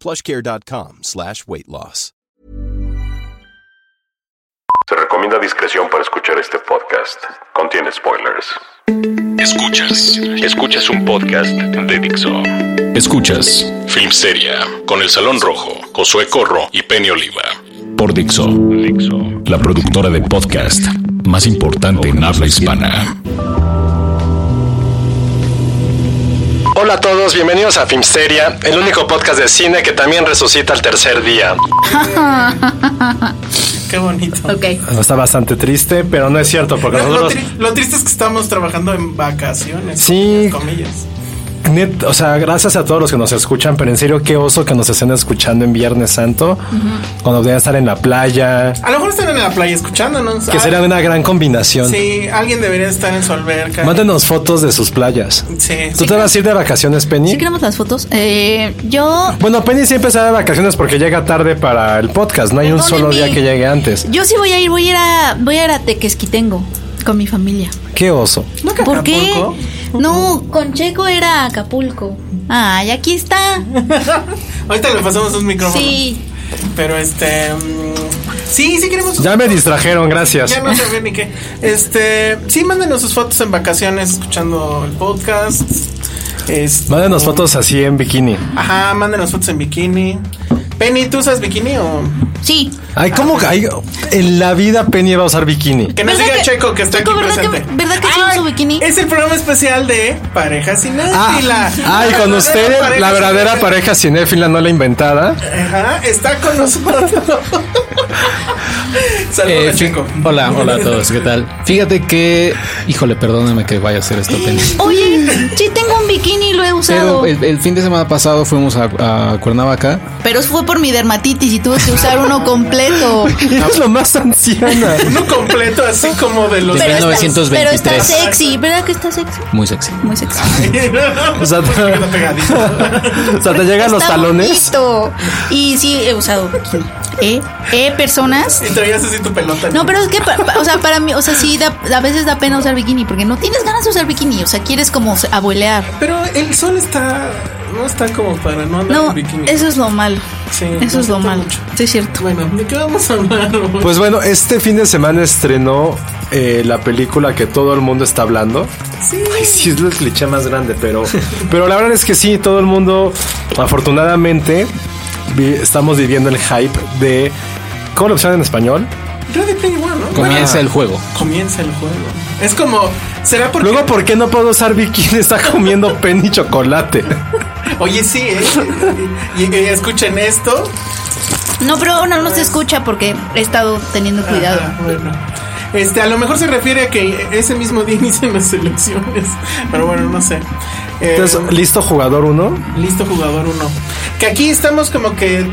plushcare.com slash weight loss. Se recomienda discreción para escuchar este podcast. Contiene spoilers. Escuchas, escuchas un podcast de Dixo. Escuchas Filmsteria con El Salón Rojo, Josué Corro y Penny Oliva. Por Dixo, la productora de podcast más importante en habla hispana. Hola a todos, bienvenidos a Filmsteria, el único podcast de cine que también resucita al tercer día. Qué bonito. Ok. Está bastante triste, pero no es cierto, porque Lo, nosotros... tri- lo triste es que estamos trabajando en vacaciones. Sí. entre Comillas. Net- o sea, gracias a todos los que nos escuchan, pero en serio, qué oso que nos estén escuchando en Viernes Santo, cuando deberían estar en la playa, A lo mejor están en la playa escuchándonos. que Al- sería una gran combinación. Sí, alguien debería estar en su alberca. Mándenos fotos de sus playas. Sí. ¿Tú te vas a ir de vacaciones, Penny? Sí queremos las fotos. Eh, yo, Bueno, Penny siempre se va de vacaciones porque llega tarde para el podcast, no hay un solo día Perdónenme. que llegue antes. yo sí voy a ir, voy a ir a, voy a ir a Tequesquitengo con mi familia. Qué oso. ¿No que ¿Por qué? Acapulco? No, con Checo era Acapulco. Ay, aquí está. Ahorita le pasamos un micrófono. Sí. Pero este. mm, sí, sí queremos. Ya me distrajeron, gracias. Ya no sabía ni qué. Este. Sí, mándenos sus fotos en vacaciones escuchando el podcast. Este, Mándenos fotos así en bikini. Ajá, mándenos fotos en bikini. Penny, ¿tú usas bikini o.? Sí. Ay, ¿cómo? que- ay, en la vida Penny va a usar bikini. Que nos ¿Verdad diga Pues que- Checo que está Checo, aquí ¿verdad que- presente. verdad que sí Ay, uso bikini? Es el programa especial de Pareja Cinéfila. Ah, ay, con ustedes, la verdadera pareja cinéfila, no la inventada. Ajá, está con nosotros. Eh, Saludos, fi- Checo. hola, hola a todos, ¿qué tal? Fíjate que, híjole, perdóname que vaya a hacer esto. Penny. Oye, sí tengo un bikini y lo he usado. Pero Pero, el, el fin de semana pasado fuimos a, a Cuernavaca. fue por mi dermatitis y tuve que usar uno completo. Es lo más anciana. Uno completo, así como de los. De Pero está, 1923. pero está sexy, ¿verdad que está sexy? Muy sexy. Muy sexy. O sea, Queda pegadito. o sea, te llegan los Está talones. bonito. Y sí, he usado bikini. ¿Eh? ¿Eh, personas? Y traías así tu pelota. No, pero es que, pa- pa- o sea, para mí, o sea, sí, da- a veces da pena usar bikini porque no tienes ganas de usar bikini, o sea, quieres como se- abuelear. Pero el sol está. No está como para no andar No, en bikini. eso es lo malo. Sí, eso es me lo gusta malo. mucho. Sí, es cierto. Bueno, ¿de qué vamos a hablar? hoy? Pues bueno, este fin de semana estrenó eh, la película que todo el mundo está hablando. sí. Ay, sí, es el cliché más grande, pero, pero la verdad es que sí, todo el mundo, afortunadamente, vi- estamos viviendo el hype de. ¿Cómo lo usan en español? Ready Player One, ¿no? Comienza el juego. Comienza el juego. Es como. ¿Será porque.? Luego, ¿por qué no puedo usar bikini? Está comiendo penny chocolate. Oye, sí, ¿eh? y, y- y escuchen esto. No, pero no, no se escucha porque he estado teniendo cuidado. Ah, bueno. Este, a lo mejor se refiere a que ese mismo día inician las elecciones. Pero bueno, no sé. Eh, Entonces, listo, jugador uno. listo, jugador uno. Que aquí estamos como que. eh,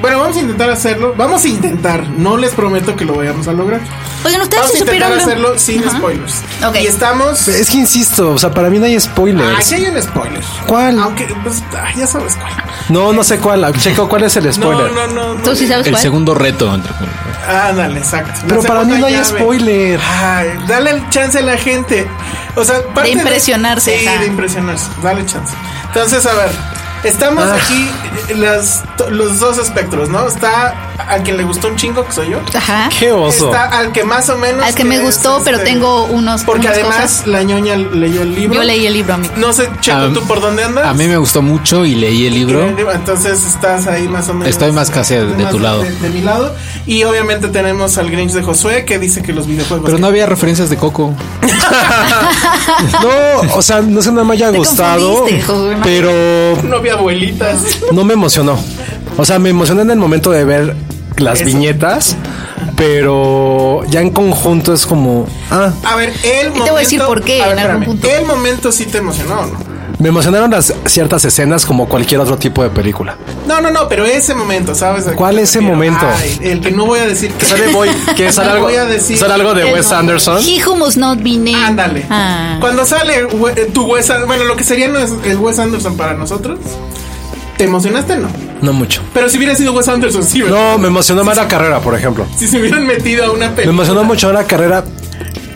bueno, vamos a intentar hacerlo. Vamos a intentar. No les prometo que lo vayamos a lograr. Oigan, ustedes Vamos se a intentar supieron. lo- hacerlo sin Ajá. spoilers. Ok. Y estamos. Es que insisto, o sea, para mí no hay Ah, spoilers. sí hay un spoiler. ¿Cuál? Aunque, pues, ah, ya sabes cuál. No, no sé cuál. Checo, ¿cuál es el spoiler? No, no, no. no. ¿Tú sí sabes El cuál? segundo reto. Ándale, exacto. La Pero para mí segunda no hay llave. spoiler. Ay, dale el chance a la gente. O sea, parte De impresionarse, Sí, ajá. de impresionarse. Dale chance. Ah. Entonces, a ver, estamos aquí eh, las, to- los dos espectros, ¿no? Está al que le gustó un chingo, que soy yo. Ajá. Qué oso. Está al que más o menos. Al que me es, este, gustó, pero tengo unos- Porque unas además cosas. la ñoña leyó el libro. Yo leí el libro, amigo. No sé, Checo, Am- ¿tú por dónde andas? Eh, A mí me gustó mucho y leí el libro. Entonces estás ahí más o menos. Estoy más casi de- de más tu lado. De, de mi lado. Y obviamente tenemos al Grinch de Josué que dice que los videojuegos. Pero no había referencias de Coco. No, o sea, no sé, no me haya Te gustado, confundiste, joven. pero No había abuelitas. no me emocionó. O sea, me emocionó en el momento de ver las Eso. viñetas, pero ya en conjunto es como, ah, A ver, el momento. voy a decir por qué a ver, en algún punto. El momento sí te emocionó, ¿o ¿no? me emocionaron las ciertas escenas como cualquier otro tipo de película. No, no, no, pero ese momento, ¿sabes? ¿Cuál ese momento? Ay, el que no voy a decir que Sale Boy, que es No algo, voy a decir. sale algo de El Wes no. Anderson. He who must not be named. Ándale. Ah. Cuando sale we- eh, tu Wes An- bueno, lo que sería no es- el Wes Anderson para nosotros, ¿te emocionaste? No. No mucho. Pero si hubiera sido Wes Anderson, sí, ¿verdad? No, me emocionó más la carrera, por ejemplo. Si se hubieran metido a una Me película. emocionó mucho la carrera.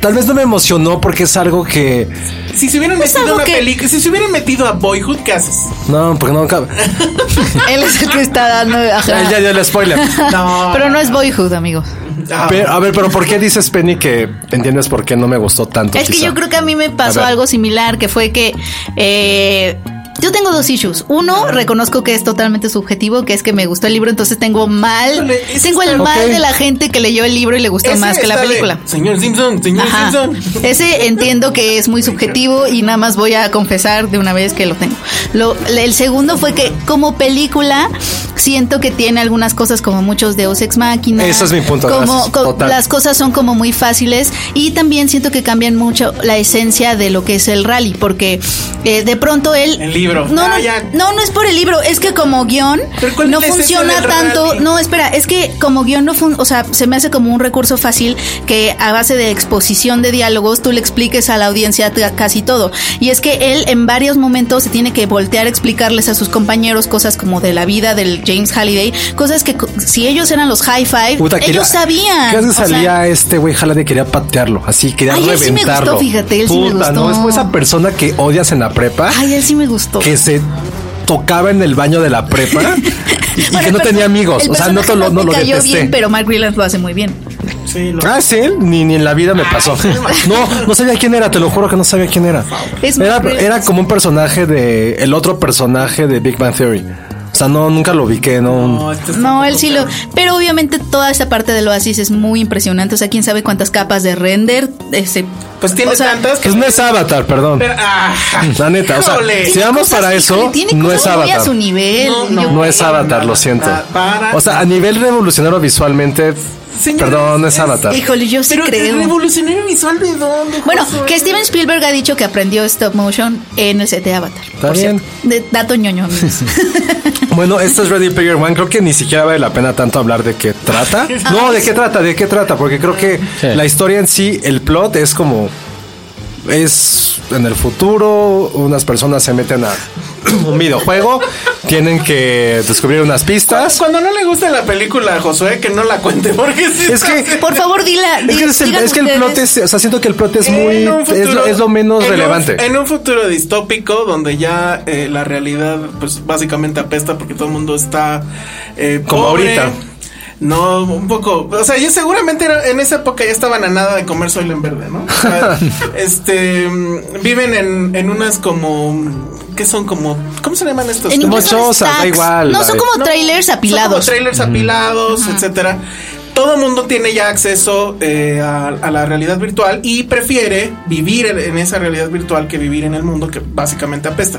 Tal vez no me emocionó porque es algo que Si se hubieran metido a algo una que- película. Si se hubieran metido a Boyhood, ¿qué haces? no, porque no cabe. Él es el que está dando. ajá. Ya, ya, ya, el spoiler. No. Pero no es boyhood, amigos. Pero, a ver, pero ¿por qué dices Penny que entiendes por qué no me gustó tanto? Es que quizá? yo creo que a mí me ah, A pasó ver. algo similar, que fue que eh, yo tengo dos issues. Uno, reconozco que es totalmente subjetivo, que es que me gustó el libro, entonces tengo mal, Híjole, ese tengo el está- mal Ok. de la gente que leyó el libro y le gustó Ese más que la está de, película. Señor Simpson, señor Ajá. Simpson. Ese entiendo que es muy subjetivo y nada más voy a confesar de una vez que lo tengo. Lo, el segundo fue que como película siento que tiene algunas cosas como muchos Deus Ex Machina. Ese es mi punto, Como, gracias, co- total. las cosas son como muy fáciles y también siento que cambian mucho la esencia de lo que es el rally porque eh, de pronto él... El libro. Ah, No, no, ya. no, no es por el libro, es que como guión Pero ¿cuál no es la esencia funciona del tanto, rally? no, no, espera, es que como guión no fun, o sea, se me hace como un recurso fácil que a base de exposición de diálogos tú le expliques a la audiencia t- casi todo. Y es que él en varios momentos se tiene que voltear a explicarles a sus compañeros cosas como de la vida del James Halliday, cosas que co- si ellos eran los high five, Puta, quería- ellos sabían. ¿Qué hace o sea, salía este güey Jalade quería patearlo? Así quería Ay, él sí me reventarlo. gustó, fíjate, él sí me Puta, no, gustó. es como esa persona que odias en la prepa, Ay, él sí me gustó. que se tocaba en el baño de la prepa y Bueno, que no el tenía perso- amigos. el O sea, no, te personaje lo, no lo me cayó detesté. bien, pero Mark Rylance lo hace muy bien. Sí, lo- Ah, sí, ni, ni en la vida me pasó. No, no sabía quién era, te lo juro que no sabía quién era. Es Era, muy- era como un personaje de. El otro personaje de Big Bang Theory. O sea, no, nunca lo ubiqué, no. No, este es- No, él sí lo. Pero obviamente toda esa parte del oasis es muy impresionante. O sea, quién sabe cuántas capas de render. Ese, Pues tiene o sea, tantas que. Pues no es Avatar, perdón. Pero- ah, La neta, o sea, híjole. si vamos cosas, para eso, híjole, tiene no cosas es muy a Avatar. su nivel. No, no, Yo- No es Avatar, lo Nada, siento. para- O sea, a nivel revolucionario visualmente, Señores, perdón, no es es- Avatar. Híjole, yo pues sí Pero creo. el revolucionario visual de dónde. Bueno, Josué? que Steven Spielberg ha dicho que aprendió stop motion en el set de Avatar. Está bien. cierto. De, dato ñoño. amigos. Bueno, esto es Ready Player One. Creo que ni siquiera vale la pena tanto hablar de qué trata. No, de qué trata, de qué trata, porque creo que Sí. la historia en sí, el plot es como. Es en el futuro, unas personas se meten a un videojuego, tienen que descubrir unas pistas. Cuando no le gusta la película a Josué, que no la cuente, porque sí Es que. Por favor, dila. Es que, digan es el, es que el ustedes. plot es, o sea, siento que el plot es En muy, un futuro- es, lo, es lo menos en un- relevante. en un futuro distópico donde ya eh, la realidad, pues básicamente apesta porque todo el mundo está. eh, Como pobre. ahorita. No, un poco. O sea, yo seguramente era- en esa época ya estaban a nada de comer soil en verde, ¿no? O sea, este. mm, Viven en, en unas como. ¿Qué son como? ¿Cómo se llaman estos? En Como inglés son chozas, da stacks. igual, No, la son de- como No, trailers apilados. Son como trailers apilados, etcétera. Todo el mundo tiene ya acceso eh, a, a la realidad virtual y prefiere vivir en, en esa realidad virtual que vivir en el mundo que básicamente apesta.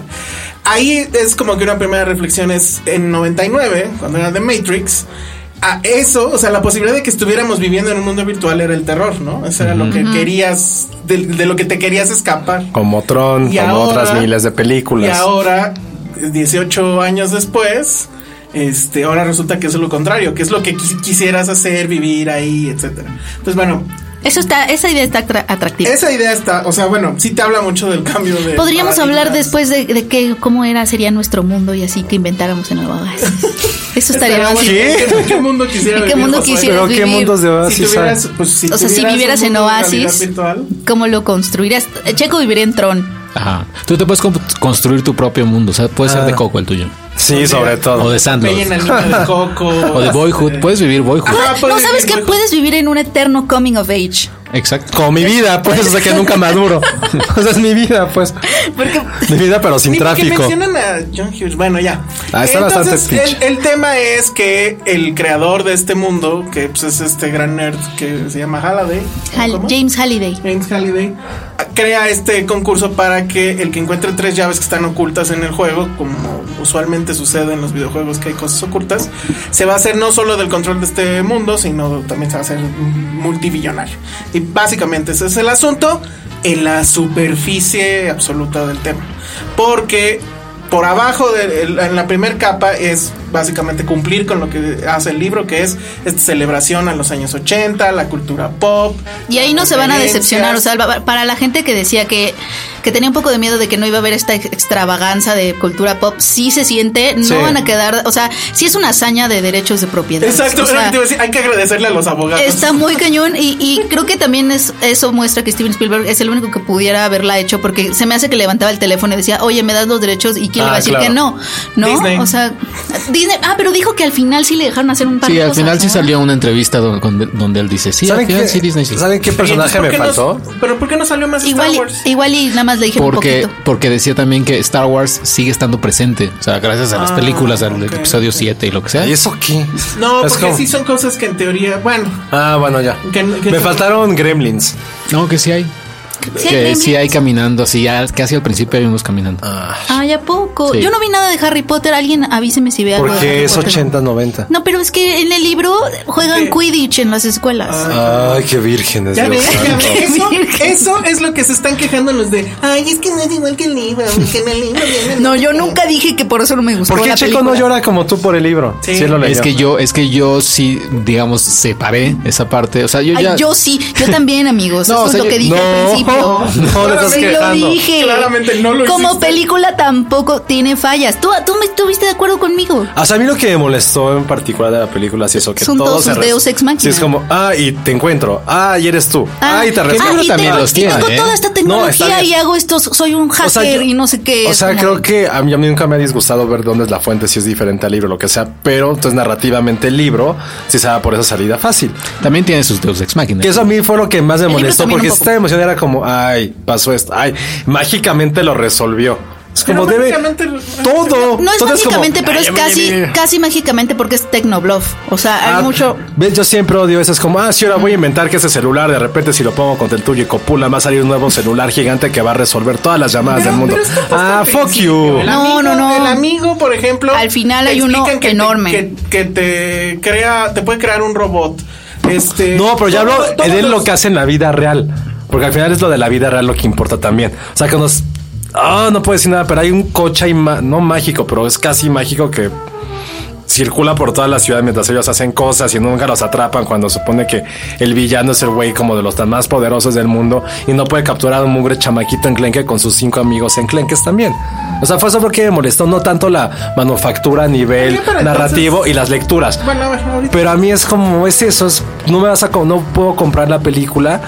Ahí es como que una primera reflexión es en 99, cuando era The Matrix. A eso, o sea, la posibilidad de que estuviéramos viviendo en un mundo virtual era el terror, ¿no? Eso era lo que querías, de- de lo que te querías escapar. Como Tron, Y como ahora- otras miles de películas. Y ahora, 18 años después, este, ahora resulta que es lo contrario, que es lo que qui- quisieras hacer, vivir ahí, etcétera. Entonces, bueno, Eso está, esa idea está atra- atractiva. esa idea está, o sea, bueno, sí te habla mucho del cambio de. Podríamos hablar paradigmas. después de, de qué, cómo era, sería nuestro mundo y así que inventáramos en el oasis. Eso estaría Estaría más bueno, ¿En qué mundo quisiera ¿En qué vivir, mundo Josué? quisiera? Pero quieres qué vivir. mundos de Si Oasis tuvieras, pues, si O sea, si tuvieras vivieras un en mundo de realidad Oasis, virtual, ¿cómo lo construirías? Eh, Checo viviría en Tron. Ajá. Tú te puedes comp- construir tu propio mundo. O sea, puede ser de Coco el tuyo. Sí, sobre O todo. de Sandlot. Bella en niño de Coco. O de Boyhood. Puedes vivir Boyhood. Ajá. Ah, no, puedes ¿sabes vivir qué? muy- Puedes vivir en un eterno coming of age. Exacto. Como mi vida, pues, de que nunca maduro. O sea, es mi vida, pues. Porque Mi vida, pero sin Ni porque tráfico. mencionan a John Hughes. Bueno, ya. Ah, está bastante Entonces, pitch. el, el tema es que el creador de este mundo, que pues, es este gran nerd que se llama Halliday. Hal- ¿cómo? James Halliday. James Halliday ah, crea este concurso para que el que encuentre tres llaves que están ocultas en el juego, como usualmente sucede en los videojuegos que hay cosas ocultas, se va a hacer no solo del control de este mundo, sino también se va a hacer multibillonario. Y básicamente ese es el asunto en la superficie absoluta del tema. Porque por abajo, de, el- en la primera capa, es básicamente cumplir con lo que hace el libro, que es esta celebración a los años 80, la cultura pop. Y ahí no se van a referencias. decepcionar, o sea, va- para la gente que decía que, que tenía un poco de miedo de que no iba a haber esta ex- extravaganza de cultura pop, sí se siente, no Sí. van a quedar, o sea, sí es una hazaña de derechos de propiedad. Exacto, era lo O que sea, te iba a decir, hay que agradecerle a los abogados. Está muy cañón y, y creo que también es, eso muestra que Steven Spielberg es el único que pudiera haberla hecho porque se me hace que levantaba el teléfono y decía, oye, me das los derechos y quién le va Ah, a decir claro. que no, ¿no? Disney. O sea, Disney, ah, pero dijo que al final sí le dejaron hacer un par Sí, de al cosas, final sí ¿no? salió una entrevista donde, con- donde él dice, sí, al ¿Saben final qué, sí Disney sí. ¿Saben qué Oye, entonces, personaje ¿por me qué faltó? no- pero ¿por qué no salió más Igual, Star y- Wars? igual y nada más le dijeron un Porque, poquito. porque decía también que Star Wars sigue estando presente. O sea, gracias a las Ah, películas, al ok. episodio 7 y lo que sea. ¿Y eso qué? No, Es porque como- sí son cosas que en teoría, bueno, Ah, bueno, ya. Que- que- me faltaron gremlins. No, que sí hay. que Sí, hay eh, sí hay caminando, así ya casi al principio hay unos caminando. Ay, ¿a poco? Sí. Yo no vi nada de Harry Potter. Alguien avíseme si ve algo. de Harry Porque es Potter. 80, 90. No, pero es que en el libro juegan Sí. Quidditch en las escuelas. Ah. Ay, qué vírgenes. ya Dios ves, ya santo. ves, eso, eso es lo que se están quejando los de, ay, es que no es igual que el libro, que en el libro viene el- no, yo nunca dije que por eso no me gustó. ¿Por qué la Checo no película. llora como tú por el libro? Sí. Sí, lo leí. Es que yo, es que yo sí, digamos, separé esa parte. O sea, yo Ay, ya. yo sí, yo también, amigos. No, eso o sea, es lo que yo- dije al principio. no le estás Sí, lo quejando. dije. Claramente no lo Como hiciste. película tampoco tiene fallas. Tú, tú me estuviste de acuerdo conmigo. O sea, a mí lo que me molestó en particular de la película es eso, que Son todo todos se sus res- deus ex machina. Sí, es como, ah, y te encuentro, ah, y eres tú, ah, y te que respondo. y también tengo, los y tiene, tengo ¿eh? toda esta No, está tecnología y bien. hago estos, soy un hacker O sea, yo- y no sé qué. O es sea, como- creo que a mí, a mí nunca me ha disgustado ver dónde es la fuente, si es diferente al libro, lo que sea, pero entonces narrativamente el libro sí se va por esa salida fácil. También tiene sus deus ex machina. Que eso a mí fue lo que más me libro molestó, también porque un poco. esta emoción era como, ay, pasó esto, ay, mágicamente lo resolvió. Es Pero como debe mágicamente- todo. No es todo como, mágicamente, pero ay, es ya me- casi, casi mágicamente porque es tecnobluff. O sea, hay Ah, mucho. ¿Ves? Yo siempre odio eso. Es como, ah, sí, ahora voy a inventar que ese celular, de repente, si lo pongo contra el tuyo y copula, va a salir un nuevo celular gigante que va a resolver todas las llamadas Pero- del mundo. pero esto pasa Ah, al fuck you. principio. El No, amigo- no, no. El amigo, por ejemplo. Al final hay te uno explican te- enorme. que, que te crea, te puede crear un robot. Este, No, pero ya hablo todos- todos de lo los- que hace en la vida real. Porque al final es lo de la vida real lo que importa también. O sea, que nos. Ah, no puedo decir nada, pero hay un coche ahí ma- no mágico, pero es casi mágico que circula por toda la ciudad mientras ellos hacen cosas y nunca los atrapan cuando supone que el villano es el güey como de los tan más poderosos del mundo y no puede capturar a un mugre chamaquito enclenque con sus cinco amigos enclenques también. O sea, fue eso porque me molestó no tanto la manufactura a nivel Oye, pero narrativo entonces- y las lecturas. Bueno, a ver, ahorita. Pero a mí es como, es eso, es- no me vas a, co- no puedo comprar la película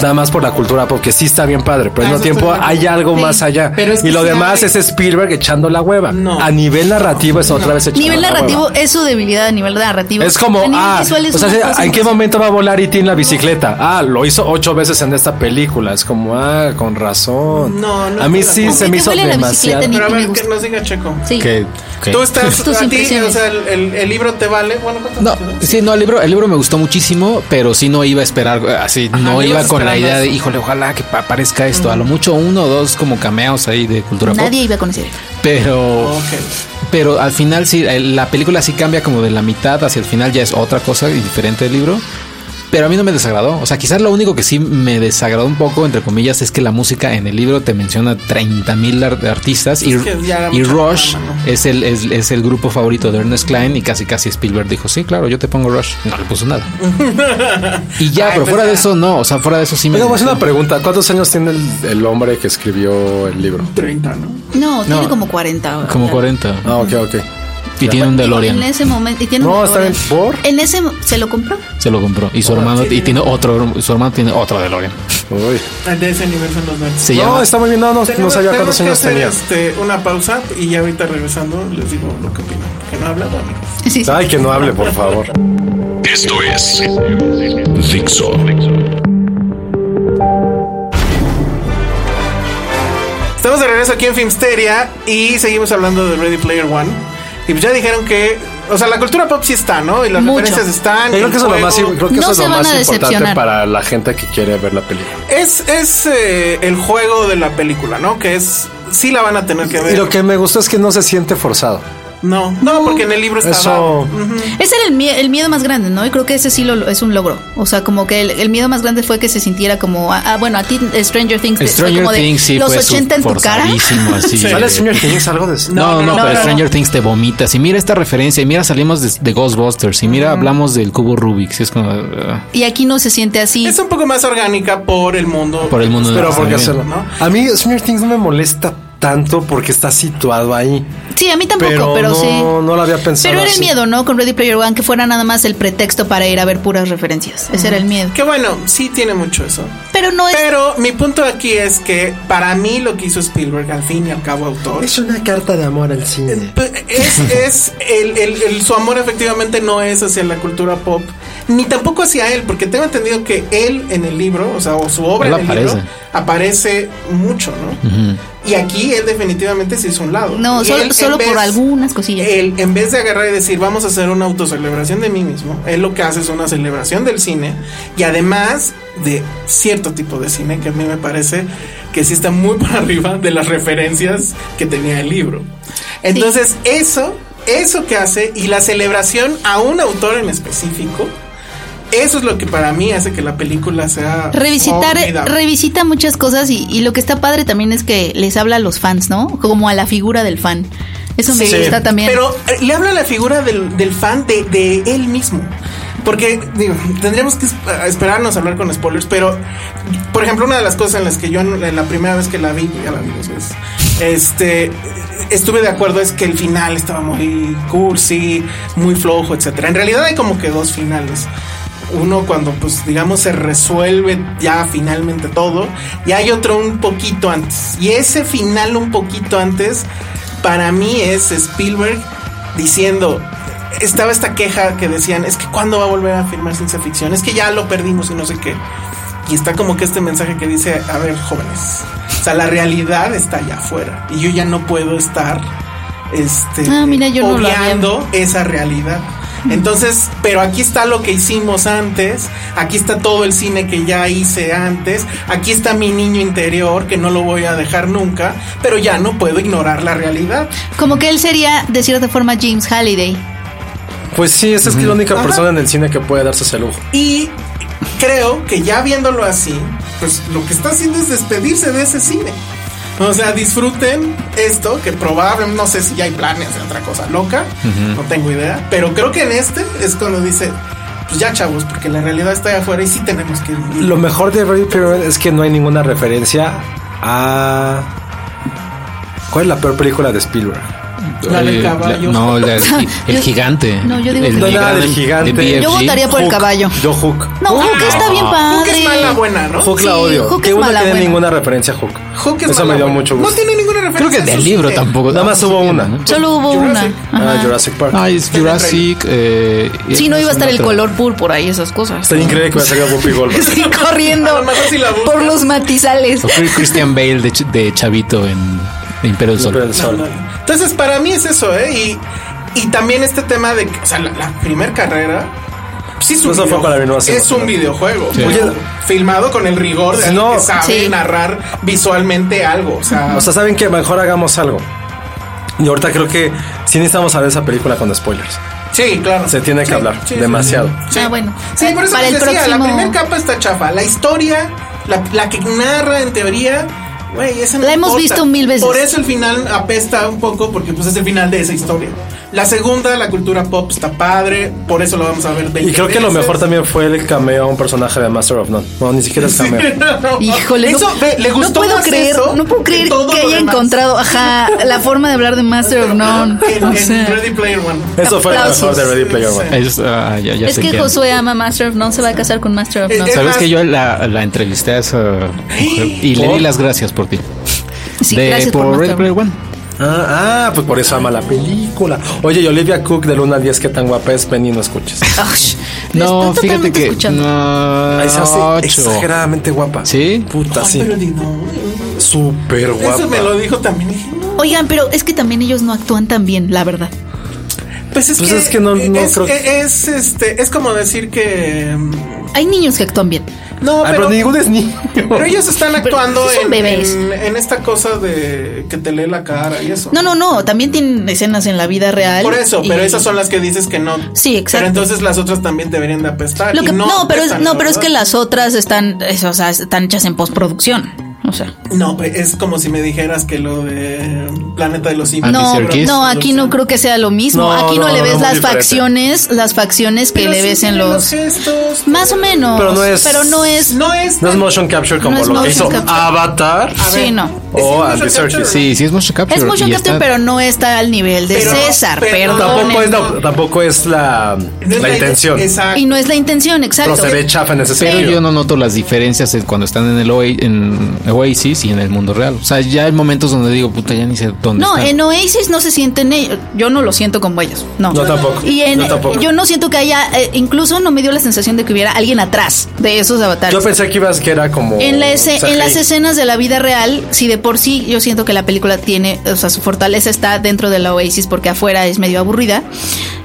nada más por la cultura, porque sí está bien padre, pero Ah, al eso mismo tiempo estoy de hay acuerdo. algo Sí, más allá. pero es que y lo sí demás hay- es Spielberg echando la hueva. No. A nivel narrativo es otra vez echando Nivel la narrativo hueva. es su debilidad a nivel narrativo. Es como, A nivel ah, visual es o sea, una cosa ¿en qué impresionante. momento va a volar E.T. en la bicicleta? Ah, lo hizo ocho veces en esta película. Es como, ah, con razón. No, no a mí estoy de sí se acuerdo. me Aunque hizo te huele la bicicleta, demasiado. ni- Pero a me ver, gusta. que nos diga Checo. Sí. Que- que- Tú estás Tus a ti, impresiones. o sea, el, el- el libro te vale. Bueno, ¿cuánto No, te vale? sí, no, el libro, el libro me gustó muchísimo, pero sí no iba a esperar, eh, así no no iba ibas con la esperando idea de, eso. híjole, ojalá que pa- aparezca esto. A lo mucho uno o dos como cameos ahí de cultura pop. Nadie iba a conocer. Pero, Ok. pero al final sí, eh, la película sí cambia como de la mitad hacia el final, ya es otra cosa y diferente del libro. Pero a mí no me desagradó. O sea, quizás lo único que sí me desagradó un poco, entre comillas, es que la música en el libro te menciona 30 mil artistas y, Es que ya era y mucha Rush fama, ¿no? es, el, es, es el grupo favorito de Ernest Klein y casi casi Spielberg dijo, sí, claro, yo te pongo Rush. No le puso nada. y ya, Ay, pero pues fuera de ya. pues, eso, no. O sea, fuera de eso sí me... Oiga, voy a hacer una pregunta. ¿Cuántos años tiene el, el hombre que escribió el libro? 30, ¿no? No, tiene No. como 40. ahora. Como 40. Ah, ok, ok. Y tiene un DeLorean. En ese momento. Y tiene No, un está bien. DeLorean. ¿Por? En ese. ¿Se lo compró? Se lo compró. Y su hermano, y tiene otro, su hermano tiene otro DeLorean. Uy. Ah, De ese nivel son los nerds. Se No, llama. está muy bien. No, no, no Tenemos- sabía cuántos tenemos que años hacer, tenía. Este, una pausa y ya ahorita regresando les digo lo que opino. Que no he hablado, amigos. Sí, sí. Ay, que no hable, por favor. Esto es Dixo. Estamos de regreso aquí en Filmsteria y seguimos hablando de Ready Player One. Y pues ya dijeron que, o sea, la cultura pop sí está, ¿no? Y las Mucho. referencias están. Yo creo el que eso es lo juego. más, creo que No eso es se lo van más a importante decepcionar. para la gente que quiere ver la película. Es, es eh, el juego de la película, ¿no? Que es. Sí la van a tener que ver. Y lo que me gustó es que no se siente forzado. No, no, porque en el libro estaba. Eso. Ese era el, mie- el miedo más grande, ¿no? Y creo que ese sí lo, es un logro. O sea, como que el, el miedo más grande fue que se sintiera como, ah, ah, bueno, a ti eh, Stranger Things, te- fue Stranger como de Things sí los fue 80 en tu cara. forzadísimo, así. Sí. ¿Sale Stranger Things algo de eso? No, no, no, pero no, no. Stranger Things te vomitas. Y mira esta referencia. Y mira, salimos de, de Ghostbusters. Y mira, hablamos del cubo Rubik. Sí, es como. ah, Y aquí no se siente así. Es un poco más orgánica por el mundo. por el mundo de Pero los ¿por qué también. hacerlo? ¿no? A mí Stranger Things no me molesta tanto porque está situado ahí. Sí, a mí tampoco, Pero, pero, no, sí. no lo había pensado. Pero era el así. miedo, ¿no? Con Ready Player One, que fuera nada más el pretexto para ir a ver puras referencias. Ese era el miedo. Que bueno, sí tiene mucho eso. Pero no es. Pero mi punto aquí es que para mí lo que hizo Spielberg, al fin y al cabo, autor. pues, Es una carta de amor al cine. Es, es el, el- el- su amor efectivamente no es hacia la cultura pop, ni tampoco hacia él, porque tengo entendido que él en el libro, o sea, o su obra Él en el aparece. libro aparece mucho, ¿no? Y aquí él definitivamente se hizo un lado. No, Y solo, él, en solo por vez- algunas cosillas. Él, en vez de agarrar y decir, vamos a hacer una autocelebración de mí mismo, él lo que hace es una celebración del cine y además de cierto tipo de cine que a mí me parece que sí está muy por arriba de las referencias que tenía el libro. Entonces, eso, eso que hace y la celebración a un autor en específico, eso es lo que para mí hace que la película sea Revisitar, formidable. revisita muchas cosas y, y lo que está padre también es que les habla a los fans, ¿no? Como a la figura del fan. Eso me Sí. gusta también. Pero eh, le habla la figura del, del fan de, de él mismo. Porque digo, tendríamos que es- a esperarnos a hablar con spoilers, pero por ejemplo, una de las cosas en las que yo en en la primera vez que la vi, ya la vi dos veces, este estuve de acuerdo es que el final estaba muy cursi, muy flojo, etcétera. En realidad hay como que dos finales. Uno cuando pues digamos se resuelve ya finalmente todo y hay otro un poquito antes. Y ese final un poquito antes para mí es Spielberg diciendo estaba esta queja que decían es que cuándo va a volver a filmar ciencia ficción, es que ya lo perdimos y no sé qué. Y está como que este mensaje que dice, a ver jóvenes, o sea, la realidad está allá afuera y yo ya no puedo estar este, Ah, mira, yo no lo había obviando esa realidad. Entonces, pero aquí está lo que hicimos antes, aquí está todo el cine que ya hice antes, aquí está mi niño interior que no lo voy a dejar nunca, pero ya no puedo ignorar la realidad. Como que él sería, de cierta forma, James Halliday. Pues sí, esa es que la única persona en el cine que puede darse ese lujo. Y creo que ya viéndolo así, pues lo que está haciendo es despedirse de ese cine. O sea, disfruten esto, que probablemente, no sé si ya hay planes de otra cosa loca, no tengo idea, pero creo que en este es cuando dice, pues ya chavos, porque la realidad está allá afuera y sí tenemos que... ir. Lo mejor de Ready Player One es que no hay ninguna referencia a. ¿Cuál es la peor película de Spielberg? La del Eh, caballo. no, la- el, el Yo- gigante. no, yo digo el que no. No, nada del gran- de gigante. BFG. Yo votaría por el Hook. caballo. Yo Hook. No, Hook está bien padre. Hook Uh, es mala buena, ¿no? Hook la Sí, odio. Hook Qué es bueno mala que no hay buena. ninguna referencia a Hook. Hook es Eso mala me dio buena. mucho gusto. No tiene ninguna Creo referencia. que a del su libro cine. tampoco. Nada más hubo una. Solo hubo Jurassic. una. Ah, Ajá. Jurassic Park. Ah, es Jurassic. eh, Sí, eh, no iba a es estar el otra. color púrpura y esas cosas. Está increíble que me salga Whoopi Goldberg. Sí, A corriendo lo mejor sí la buscas. por los matizales. O Christian Bale de, ch- de Chavito en de Imperio del Sol. Pero el No, sol. no, no. Entonces, para mí es eso, ¿eh? Y, y también este tema de que, o sea, la, primera carrera. pues, Sí, es un, Eso fue videojuego. para mí, no hace es un emocionante. videojuego. Sí. Oye, filmado con el rigor de alguien No. que sabe Sí. narrar visualmente algo. O sea, O sea, saben que mejor hagamos algo. Y ahorita creo que sí necesitamos ver esa película con spoilers. sí, claro. Se tiene que Sí, hablar sí, sí. demasiado. Ah, bueno. Sí, por eso Para les el decía, la próximo- primera capa está chafa. La historia, la, la que narra en teoría, güey, esa no La hemos importa. visto mil veces. Por eso el final apesta un poco, porque pues es el final de esa historia. La segunda, la cultura pop, está padre. Por eso lo vamos a ver 20 Y creo que lo veces. mejor también fue el cameo a un personaje de Master of None. No, ni siquiera es cameo. Híjole, Eso, no, ve, le no gustó puedo más creer, eso no puedo que creer todo que lo haya demás. encontrado, ajá, la forma de hablar de Master of None. En, O en sea, Ready Player One. Eso fue lo mejor Aplausos. de Ready Player One. Ellos, ah, ya, ya es sé que quién. Josué ama Master of None, se va a casar con Master of Eh, None. eh, Sabes Además- que yo la, la entrevisté a esa mujer y le di las gracias por ti. Sí, De- gracias por por Red Master of Player One. Ah, ah, pues por eso ama la película. Oye, y Olivia Cook del 1 al 10, qué tan guapa es, ven y no escuches. None. Ouch. No, Estoy fíjate totalmente que. escuchando. No, Ahí se hace ocho. exageradamente guapa. ¿Sí? Puta, sí. Pero di, no, Súper guapa. Eso me lo dijo también. Dije, no, Oigan, pero es que también ellos no actúan tan bien, la verdad. Pues es Pues que, es que no- no es, creo que- es, este, es como decir que. mm, Hay niños que actúan bien. No, Ay, pero pero, ninguno es niño. pero ellos están actuando sí son en, bebés. en- en esta cosa de que te lee la cara y eso. No, no, no, también tienen escenas en la vida real. Por eso, y- pero esas son las que dices que no. Sí, Pero exacto. entonces las otras también deberían de apestar. Lo y que- no, no, pero es, apestan, no, pero es ¿verdad? que las otras están, es- o sea, están hechas en postproducción. O sea, No, pues, es como si me dijeras que lo de Planeta de los Ah, Simios. no, Mr. Kiss. no, aquí no creo que sea lo mismo. No, aquí no, no, le no, ves muy las diferente. facciones, las facciones que Pero sí le ves en tienen los gestos. más o menos, Pero no es- no es- No es. No es motion capture como No es lo que hizo motion capture. Avatar. A ver, Sí, no. ¿es Oh, motion Andy capture Serkis. o no? Sí, sí, es motion capture. Es mucho y capture, está- pero no está al nivel de Pero- César, pero- perdón. Tampoco es, la, no. tampoco es la, No es la intención. Exacto. Y no es la intención, exacto. Pero se ve chafa en ese Pero sentido. yo no noto las diferencias en cuando están en el Oa- en Oasis y en el mundo real. O sea, ya hay momentos donde digo, puta, ya ni sé dónde No, están. en Oasis no se sienten ellos. Yo no lo siento como ellos. No. No, tampoco. Y en, No, tampoco. yo no siento que haya, eh, incluso no me dio la sensación de que hubiera alguien atrás de esos avatares. Yo pensé que ibas que era como. En, la ese- CGI. en las escenas de la vida real, si de por sí yo siento que la película tiene, o sea, su fortaleza está dentro de la Oasis porque afuera es medio aburrida.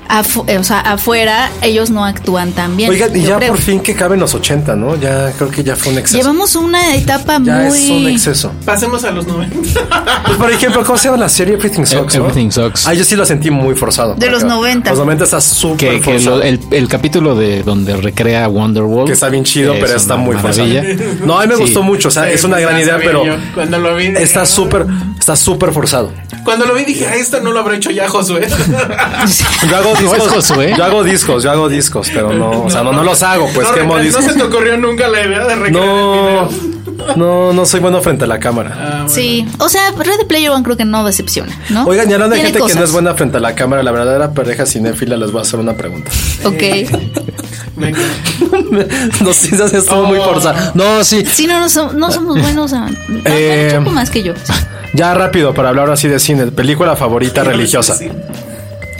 Afu- eh, o sea, afuera ellos no actúan tan bien. Oigan, y yo ya creo. por fin que caben los 80, ¿no? Ya creo que ya fue un exceso. Llevamos una etapa ya muy. es un exceso. Pasemos a los 90. Pues, por ejemplo, ¿cómo se llama la serie Everything Sucks? no? E- Everything Sucks. Ah, yo sí lo sentí muy forzado. De los 90. Los 90 está que, súper que forzado. lo- el, el capítulo de donde recrea Wonderworld que está bien chido, es pero está una muy forzado. maravilla. No, a mí me Sí. gustó mucho. O sea, es una gran idea, Sabía pero yo, Cuando lo vi. dije, está súper, está súper forzado. Cuando lo vi dije, "Ah, esto no lo habrá hecho ya Josué. Yo hago discos, es Josué. yo hago discos, yo hago discos, pero no, o sea, no, no los hago, pues no, quemo recre- no discos. se te ocurrió nunca la idea de recrear No, el video. no, no soy bueno frente a la Ah, cámara. Sí, o sea, Red Player One creo que no decepciona, ¿no? Oigan, y hablando de Tiene gente que no cosas. es buena frente a la cámara, la verdadera pareja cinéfila les voy a hacer una pregunta. Ok. eh, Venga. Los cintas estuvo Oh. muy forzado. No, sí. Sí, no, no, som- no somos buenos. a- no, Eh, un poco más que yo. Ya rápido, para hablar así de cine, película favorita religiosa. Sí.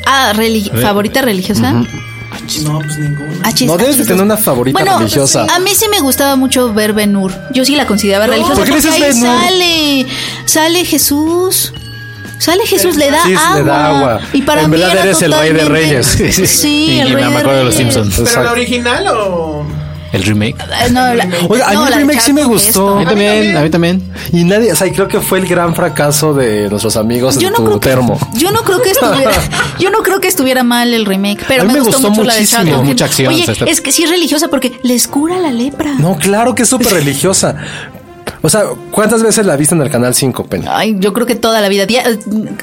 Ah, reli- favorita religiosa. No, pues ninguna. Ah, chis, No ah, debes de chis, tener dos. una favorita Bueno, religiosa. A mí sí me gustaba mucho ver Benur. Yo sí la consideraba religiosa. ¿por qué porque dices ahí Ben-Hur? sale, sale Jesús. Sale Jesús, le da, Sí, agua. le da agua. Y para En mí verdad era eres el rey de totalmente- reyes. Sí, Sí, sí. Y- el y me rey de acuerdo de los reyes. Simpsons. pues, ¿Pero la Exacto. original o.? el remake. Eh, No, la, Oiga, a no, mí el la de remake sí me Charlton gustó. A mí Heston. también, a mí también. Y nadie, o sea, y creo que fue el gran fracaso de nuestros amigos Yo en no, tu creo que, termo. yo no creo que estuviera, yo no creo que estuviera mal el remake, pero A mí me, me gustó, gustó mucho la de muchísimo, Charlton mucha Heston. acción, Oye, o sea, está- es que sí es religiosa porque les cura la lepra. No, claro que es súper religiosa. O sea, ¿cuántas veces la viste en el canal 5, Penny? Ay, yo creo que toda la vida, día-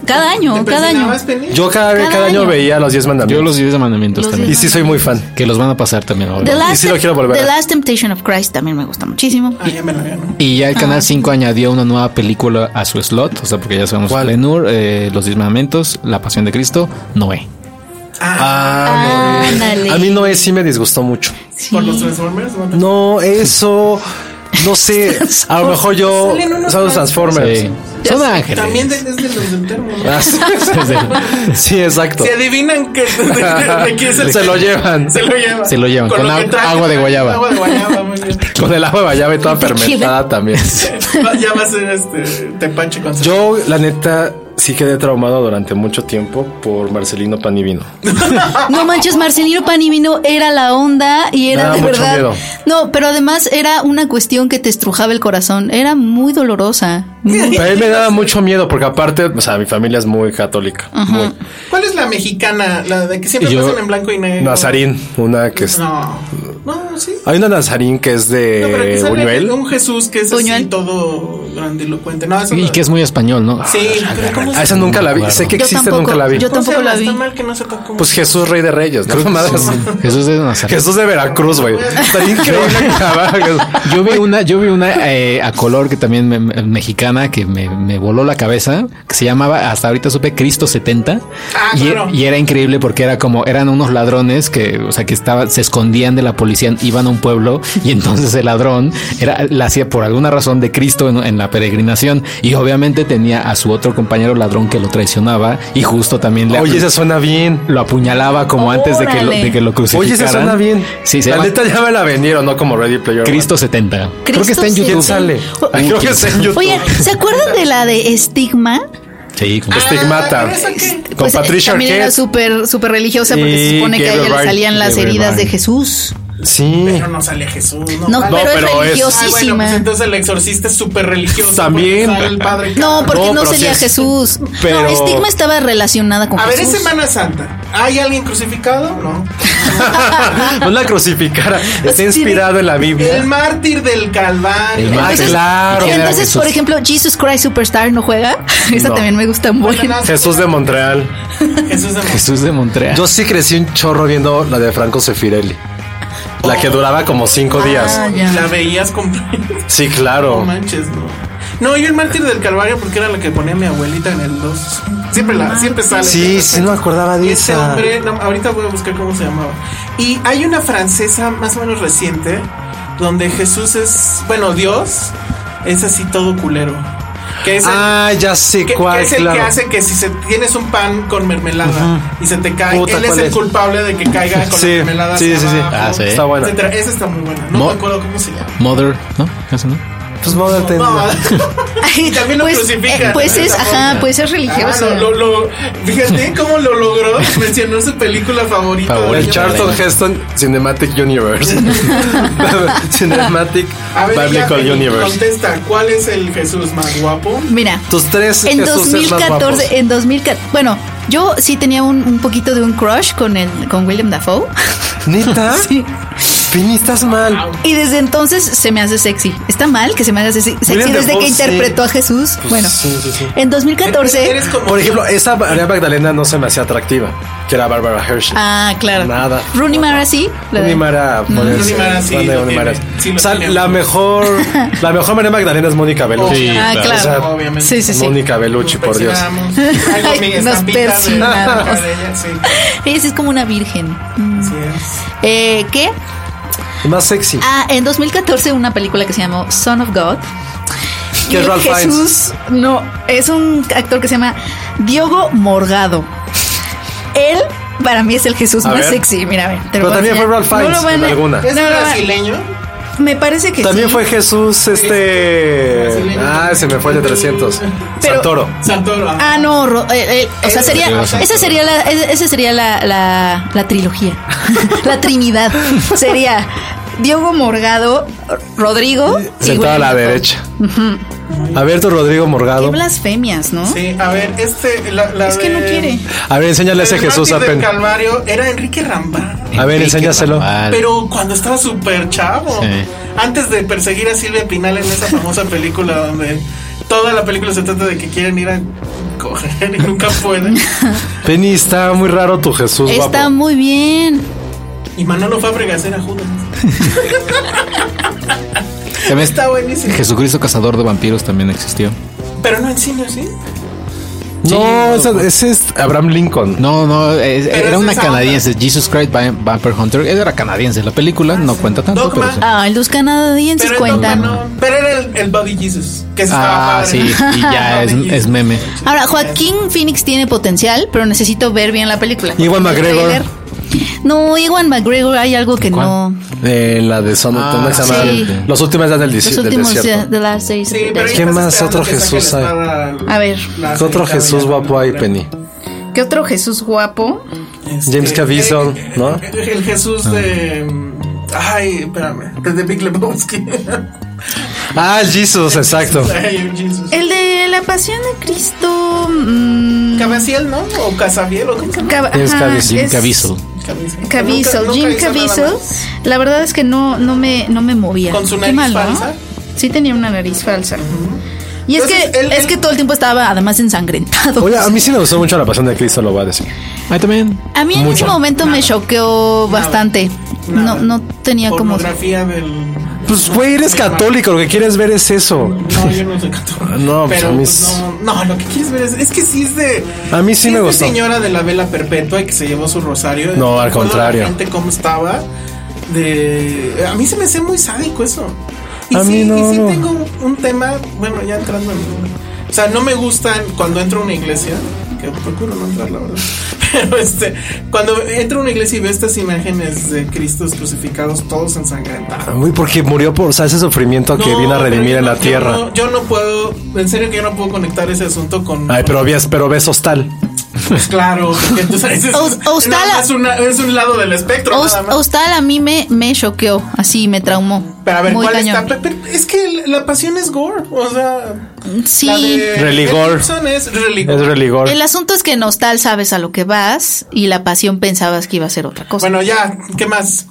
cada año, ¿Te este- cada año. persinabas, Penny? Yo cada, Cada cada año, año. veía los 10 Yo mandamientos. los 10 de mandamientos Los también. Y sí soy muy fan. Que los van a pasar también ahora. The Y sí lo quiero volver a The ver. Last Temptation of Christ también me gusta muchísimo. Ah, ya me la ganó. Y ya el Ah. Canal 5 añadió una nueva película a su slot, o sea, porque ya sabemos ¿Cuál? Lenur, eh, Los Diez Mandamientos, La Pasión de Cristo, Noé. Ah, Noé. Ándale. A mí Noé sí me disgustó mucho. Por los Transformers. bueno. No, eso. No sé. A lo mejor yo. Salen unos Son los Transformers. Sí. Son ángeles. También de- es de los del termo. ¿no? Ah, sí, Sí, exacto. Si adivinan que de, de- de quién es el Se lo termo, llevan. Se lo llevan. Se lo llevan con lo agua- que traje. agua de guayaba. Agua de guayaba, muy bien. Con el agua de guayaba y toda fermentada también. Va- Ya va a ser este tepache con Yo, la neta, sí quedé traumado durante mucho tiempo por Marcelino Panivino. No manches, Marcelino Panivino era la onda y Me era daba de mucho verdad. miedo. No, pero además era una cuestión que te estrujaba el corazón. Era muy dolorosa. Muy- A mí me daba mucho miedo porque aparte, o sea, mi familia es muy católica. Muy. ¿Cuál es la mexicana? La de que siempre Yo- pasan en blanco y negro. Este, Nazarín, una que es... No. No, pues sí. Hay una Nazarín que es No, pero aquí de sale Eh, Buñuel. Un Jesús que es así Buñuel. todo grandilocuente. No, eso Y no- que es Ah, muy español, ¿no? Sí, pero ¿cómo A se- Ah, esa nunca la vi. No me Sé que acuerdo. existe, Yo tampoco, nunca la vi. yo ¿Cómo se tampoco la llama? vi. Está mal que no sepa cómo Pues se- Jesús Rey de Reyes, ¿no? Madres. Jesús de Nazaret. Jesús de Veracruz, güey. Estaría increíble que grabara Jesús. Yo vi una, yo vi una eh, a color que también me- me- mexicana que me, me voló la cabeza, que se llamaba, hasta ahorita supe Cristo 70. Ah, y, claro. y era increíble porque era como, eran unos ladrones que, o sea, que estaban, se escondían de la policía, iban a un pueblo y entonces el ladrón era, la hacía por alguna razón de Cristo en, en la peregrinación y obviamente tenía a su otro compañero ladrón que lo traicionaba y justo también le Oye, esa suena bien. lo apuñalaba como antes de que lo, de que lo crucificaran. Oye, esa suena bien. Sí, se la llama neta ya me la vendieron, ¿no? Como Ready Player. One. Cristo 70. Creo que Cristo está en YouTube. ¿Quién sale? Uy, Creo que ¿quién está en YouTube. Oye, ¿se acuerdan de la de estigma? Sí, Ah, como- Estigmata. Con Pues, eh, Patricia también era Arquette. súper súper religiosa porque Y se supone que a ella Gabriel le Byrne. salían las Gabriel heridas de Byrne. Jesús. Sí. Pero no sale Jesús. No, No, vale. pero, pero es- es Ah, bueno, religiosísima. pues entonces el exorcista es súper religioso. También. porque sale el padre no, porque No, no, pero sí sería es- Jesús. pero- No, estigma estaba relacionada con A ver, Jesús. es Semana Santa. ¿Hay alguien crucificado? No. No la crucificara. Está inspirado en la El Biblia. mártir del Calvario. El Ah, mártir. claro. pero Era entonces, Jesús. por ejemplo, Jesus Christ Superstar no juega. Esa No. también me gusta muy. Bueno, no, Jesús de Montreal. Jesús de Jesús de Montreal. Yo sí crecí un chorro viendo la de Franco Sefirelli. La que duraba como cinco días. Ah, ya. La veías con... Sí, No claro. manches, no. No, yo el mártir del Calvario porque era la que ponía mi abuelita en el 2. Siempre la, siempre sale. Sí, sí, no me acordaba de Y ese esa. hombre, no, ahorita voy a buscar cómo se llamaba. Y hay una francesa más o menos reciente donde Jesús es, bueno, Dios es así todo culero. Que es el, Ah, ya sé que, que cuál, es el claro. que hace que si se, tienes un pan con mermelada y se te cae, Puta, él es ¿cuál el es? culpable de que caiga con Sí, la mermelada. sí, hacia sí, sí. abajo, Ah, sí. Está buena. etcétera. Esa está muy buena. No Mo- me acuerdo cómo se llama. Mother, ¿no? Eso no. Pues no, no, No, no. y también lo pues, crucifican. eh, pues es, Esa ajá, forma. pues es religioso. Ah, no, lo- lo- fíjate cómo lo logró. Mencionó su película favorita. Favorita. El Oye, Charlton Elena. Heston Cinematic Universe. Cinematic A ver, ya, Biblical Penny, Universe. contesta, ¿cuál es el Jesús más guapo? Mira. Tus tres En Jesuses más guapos. 2014, en 2014, bueno, yo sí tenía un, un poquito de un crush con el con William Dafoe. ¿Neta? eh. Sí. Penny, estás mal. Y desde entonces se me hace sexy. Está mal que se me haga sexy, sexy William desde Dafoe, que sí. Pues interpretó a Jesús. bueno, sí, sí, sí. en 2014. Eres como Por ejemplo, esa María Magdalena no se me hacía atractiva, que era Bárbara Hershey. Ah, claro. Nada. Rooney Mara sí. la de- Ah, Rooney Mara, puede Rooney ser. Mara sí Bueno, lo Rooney tiene. Mara. Sí lo O sea, tiene. la mejor, la mejor María Magdalena es Mónica Bellucci. Sí, Ah, claro. claro. Obviamente. Sí, sí, sí. Mónica Bellucci, pues, por Dios. Ay, nos persinamos. Sí, Ella sí es como una virgen. sí es. Eh, ¿Qué? Más sexy. Ah, en 2014 una película que se llamó Son of God. Que Y es Ralph Jesús, no, es un actor que se llama Diogo Morgado. Él para mí es el Jesús A más ver. sexy, mira, a ver, te Pero lo voy a también enseñar. fue Ralph No lo Fiennes van a- en alguna. ¿Es no lo van a- brasileño? Me parece que También sí. fue Jesús, este. Brasileño. Ah, se me fue el de 300. Pero- Santoro. Santoro. ah. Ah, no, Ro- eh, eh, o sea, sería, esa sería la, es- esa sería la, la, la trilogía, la trinidad. Sería Diogo Morgado, Rodrigo y Sentado a la William. derecha. A ver, tu Rodrigo Qué Morgado. blasfemias, ¿no? Sí, a ver, este. La, la Es que no de- quiere. A ver, enséñale ese el Jesús a mártir del Penny. Calvario era Enrique Rambá. A ver, enséñaselo. Este Pero cuando estaba súper chavo. Sí. Antes de perseguir a Silvia Pinal en esa famosa película donde toda la película se trata de que quieren ir a coger y nunca pueden. Penny, está muy raro tu Jesús, Está guapo. muy bien. Y Manolo Fábregas era Judas. También Está buenísimo. Jesucristo cazador de vampiros también existió. Pero no en cine, ¿sí? No, esa- ese es Abraham Lincoln. No, no, es- Pero era es una esa canadiense, Jesus Christ Vamp- Vampire Hunter. Ella Era canadiense, la película no cuenta tanto, Dogma. pero sí. Ah, los canadienses Pero, el cuentan. Dogma no. Pero era el, el Body Jesus. Que se Ah, estaba sí, padre. y ya es, es meme. Ahora, Joaquín Phoenix tiene potencial, pero necesito ver bien la película. Ewan El McGregor. trailer- No, Iwan McGregor, hay algo que no. Eh, la de Son Ah, ¿cómo se llama? sí. Los últimos días del, desi- Los del últimos días desierto. de las seis. Sí, pero ahí ¿Qué estás más esperando otro que saque Jesús la hay? espada la- A ver. la- ¿Qué otro la- Jesús la- guapo hay, Penny? ¿Qué otro Jesús guapo? Este, James Caviezel, eh, ¿no? eh, El Jesús de. mm, Ay, espérame. El de Big Lebowski. Ah, el Jesús, exacto. Ay, el Jesús. El de la pasión de Cristo. mm, Cavaciel, ¿no? O Casabiel, ¿o cómo se llama? Cab- James ajá, Caviezel, es- Caviso. Caviezel. Caviezel, Nunca- nunca Jim hizo nada Caviezel, más. la verdad es que no, no, me, no me movía. Con su Qué nariz ¿no? falsa. Sí tenía una nariz falsa. Y es Entonces, que él- es él- que todo el tiempo estaba además ensangrentado. Oye, a mí sí me gustó mucho la pasión de Cristo, lo voy a decir. Ahí también. A mí en Mucho. ese momento me choqueó bastante. Nada. No, no tenía como. Pornografía del. Pues, güey, eres católico, lo que quieres ver es eso. No, yo no soy católico. No, pues, pero a mí pues, es- no, no, lo que quieres ver es, es que sí es de. A mí sí me es de gustó. señora de la vela perpetua y que se llevó su rosario. No, al Recuerdo contrario. La gente cómo estaba. De, a mí se me hace muy sádico eso. Y A sí, mí y no, sí no. tengo un- un tema. Bueno, ya entrando en. O sea, no me gustan cuando entro a una iglesia. Que procuro no entrar, la verdad. Pero este, cuando entro a una iglesia y veo estas imágenes de Cristos crucificados, todos ensangrentados. Uy, porque murió por, o sea, ese sufrimiento que No, viene a redimir pero en yo la no- tierra. Yo no, yo no puedo, en serio que yo no puedo conectar ese asunto con. Ay, pero ves, pero ves hostal. Pues claro, porque tú sabes, es, Aus- Austala. nada más una- es un lado del espectro. nada más. Hostal a mí me, me choqueó, así me traumó. Pero a ver, Muy ¿cuál cañón. está? Pe- pe- es que la pasión es gore. O sea, Sí. la de Religor. Gibson es religor. Es religor. El asunto es que en Hostal sabes a lo que vas y la pasión pensabas que iba a ser otra cosa. Bueno, ya, ¿qué más?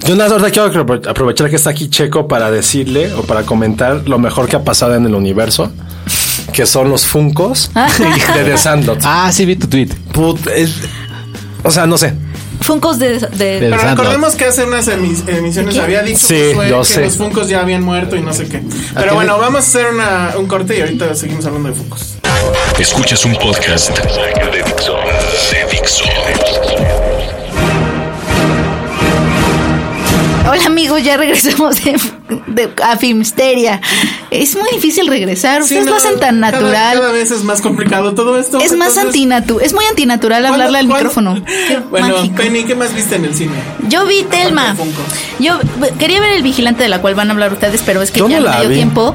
Yo nada, ahorita quiero apro- aprovechar que está aquí Checo para decirle o para comentar lo mejor que ha pasado en el universo, que son los Funcos Ah. de The Sandlot. Ah, sí, vi tu tweet. Put- es- o sea, no sé. Funcos de, de- Del Pero Sandlot. recordemos que hace unas emis- emisiones había dicho Sí, Josué yo que sé. los Funcos ya habían muerto y no sé qué. Pero bueno, vamos a hacer una- un corte y ahorita seguimos hablando de Funcos. Escuchas un podcast de Dixo. De Dixo. Hola amigos, ya regresamos de, de- a Filmsteria. Es muy difícil regresar, Sí, ustedes no, lo hacen tan cada- natural. Cada, vez es más complicado todo esto. es más entonces- antinatu es muy antinatural ¿Cuándo- hablarle al cuándo- micrófono. Qué Bueno, mágico. Penny, ¿qué más viste en el cine? Yo vi Telma. Aparte de Funko. Yo b- quería ver El Vigilante de la cual van a hablar ustedes, pero es que Yo ya no no la me dio vi. tiempo.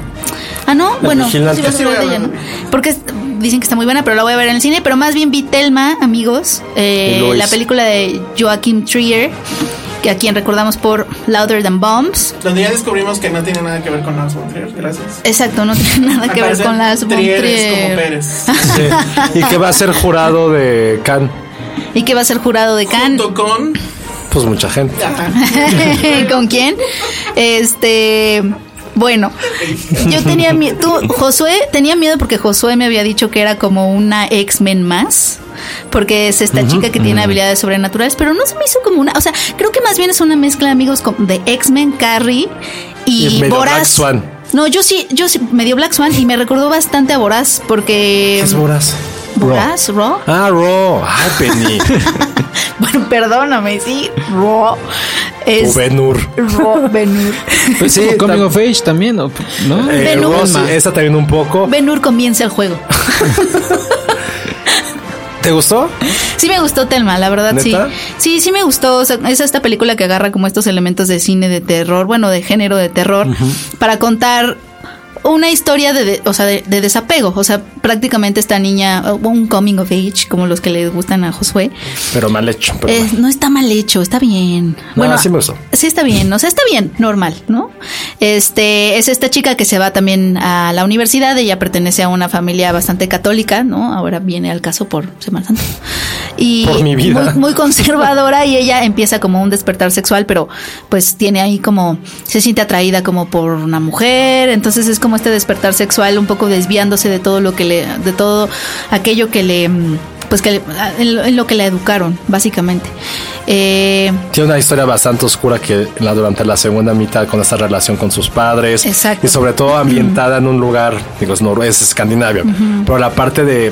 Ah, no, bueno, Vigilante. sí vas a Sí, hablar voy a de ella, hablar. ¿no? Porque es- dicen que está muy buena, pero la voy a ver en el cine. Pero más bien vi Telma, amigos, eh, Y Lois. la película de Joachim Trier, que a quien recordamos por Louder Than Bombs. Donde ya descubrimos que no tiene nada que ver con Lars von Trier, gracias. Exacto, no tiene nada que ver Aparece con las von Trier es como Trier. Pérez. Sí. Y que va a ser jurado de Cannes. Y que va a ser jurado de Cannes. Junto con. Pues mucha gente. Ah, ¿Con quién? Este. Bueno, yo tenía miedo. Tú, Josué, tenía miedo porque Josué me había dicho que era como una X-Men más. Porque es esta chica que Mm. tiene habilidades sobrenaturales, pero no se me hizo como una. O sea, creo que más bien es una mezcla, amigos, con- de X-Men, Carrie Y y, medio Boraz. Black Swan. No, yo sí, yo sí, me dio Black Swan y me recordó bastante a Boraz porque. ¿Qué es Boras? Boraz, Raw. Ah, Ro. Ay, Penny. Bueno, perdóname, sí, Raw. Es. Ubenur. Raw Benur. Pues sí, Sí, Coming tam- of Age también, ¿no? ¿No? Eh, Benur. Ro, sí, esta también un poco. Benur comienza el juego. ¿Te gustó? Sí me gustó Telma, la verdad ¿Neta? sí. Sí, sí me gustó. O sea, es esta película que agarra como estos elementos de cine de terror, bueno, de género de terror, para contar una historia de, de- o sea, de, de desapego. O sea, prácticamente esta niña, o un coming of age, como los que le gustan a Josué, Pero mal hecho. pero eh, bueno. no está mal hecho, está bien. bueno, ah. sí me gustó. Sí está bien, o sea, está bien, normal, ¿no? Este, es esta chica que se va también a la universidad, ella pertenece a una familia bastante católica, ¿no? Ahora viene al caso por Semana Santa. Y Por mi vida. Muy, muy conservadora y ella empieza como un despertar sexual, pero pues tiene ahí como, se siente atraída como por una mujer, entonces es como este despertar sexual un poco desviándose de todo lo que le, de todo aquello que le, mm, pues que le- en lo- en lo que la educaron, básicamente. Eh, Tiene una historia bastante oscura que la, durante la segunda mitad con esta relación con sus padres. Exacto. Y sobre todo ambientada en un lugar, digo, es, nor- es Escandinavia. Pero la parte de,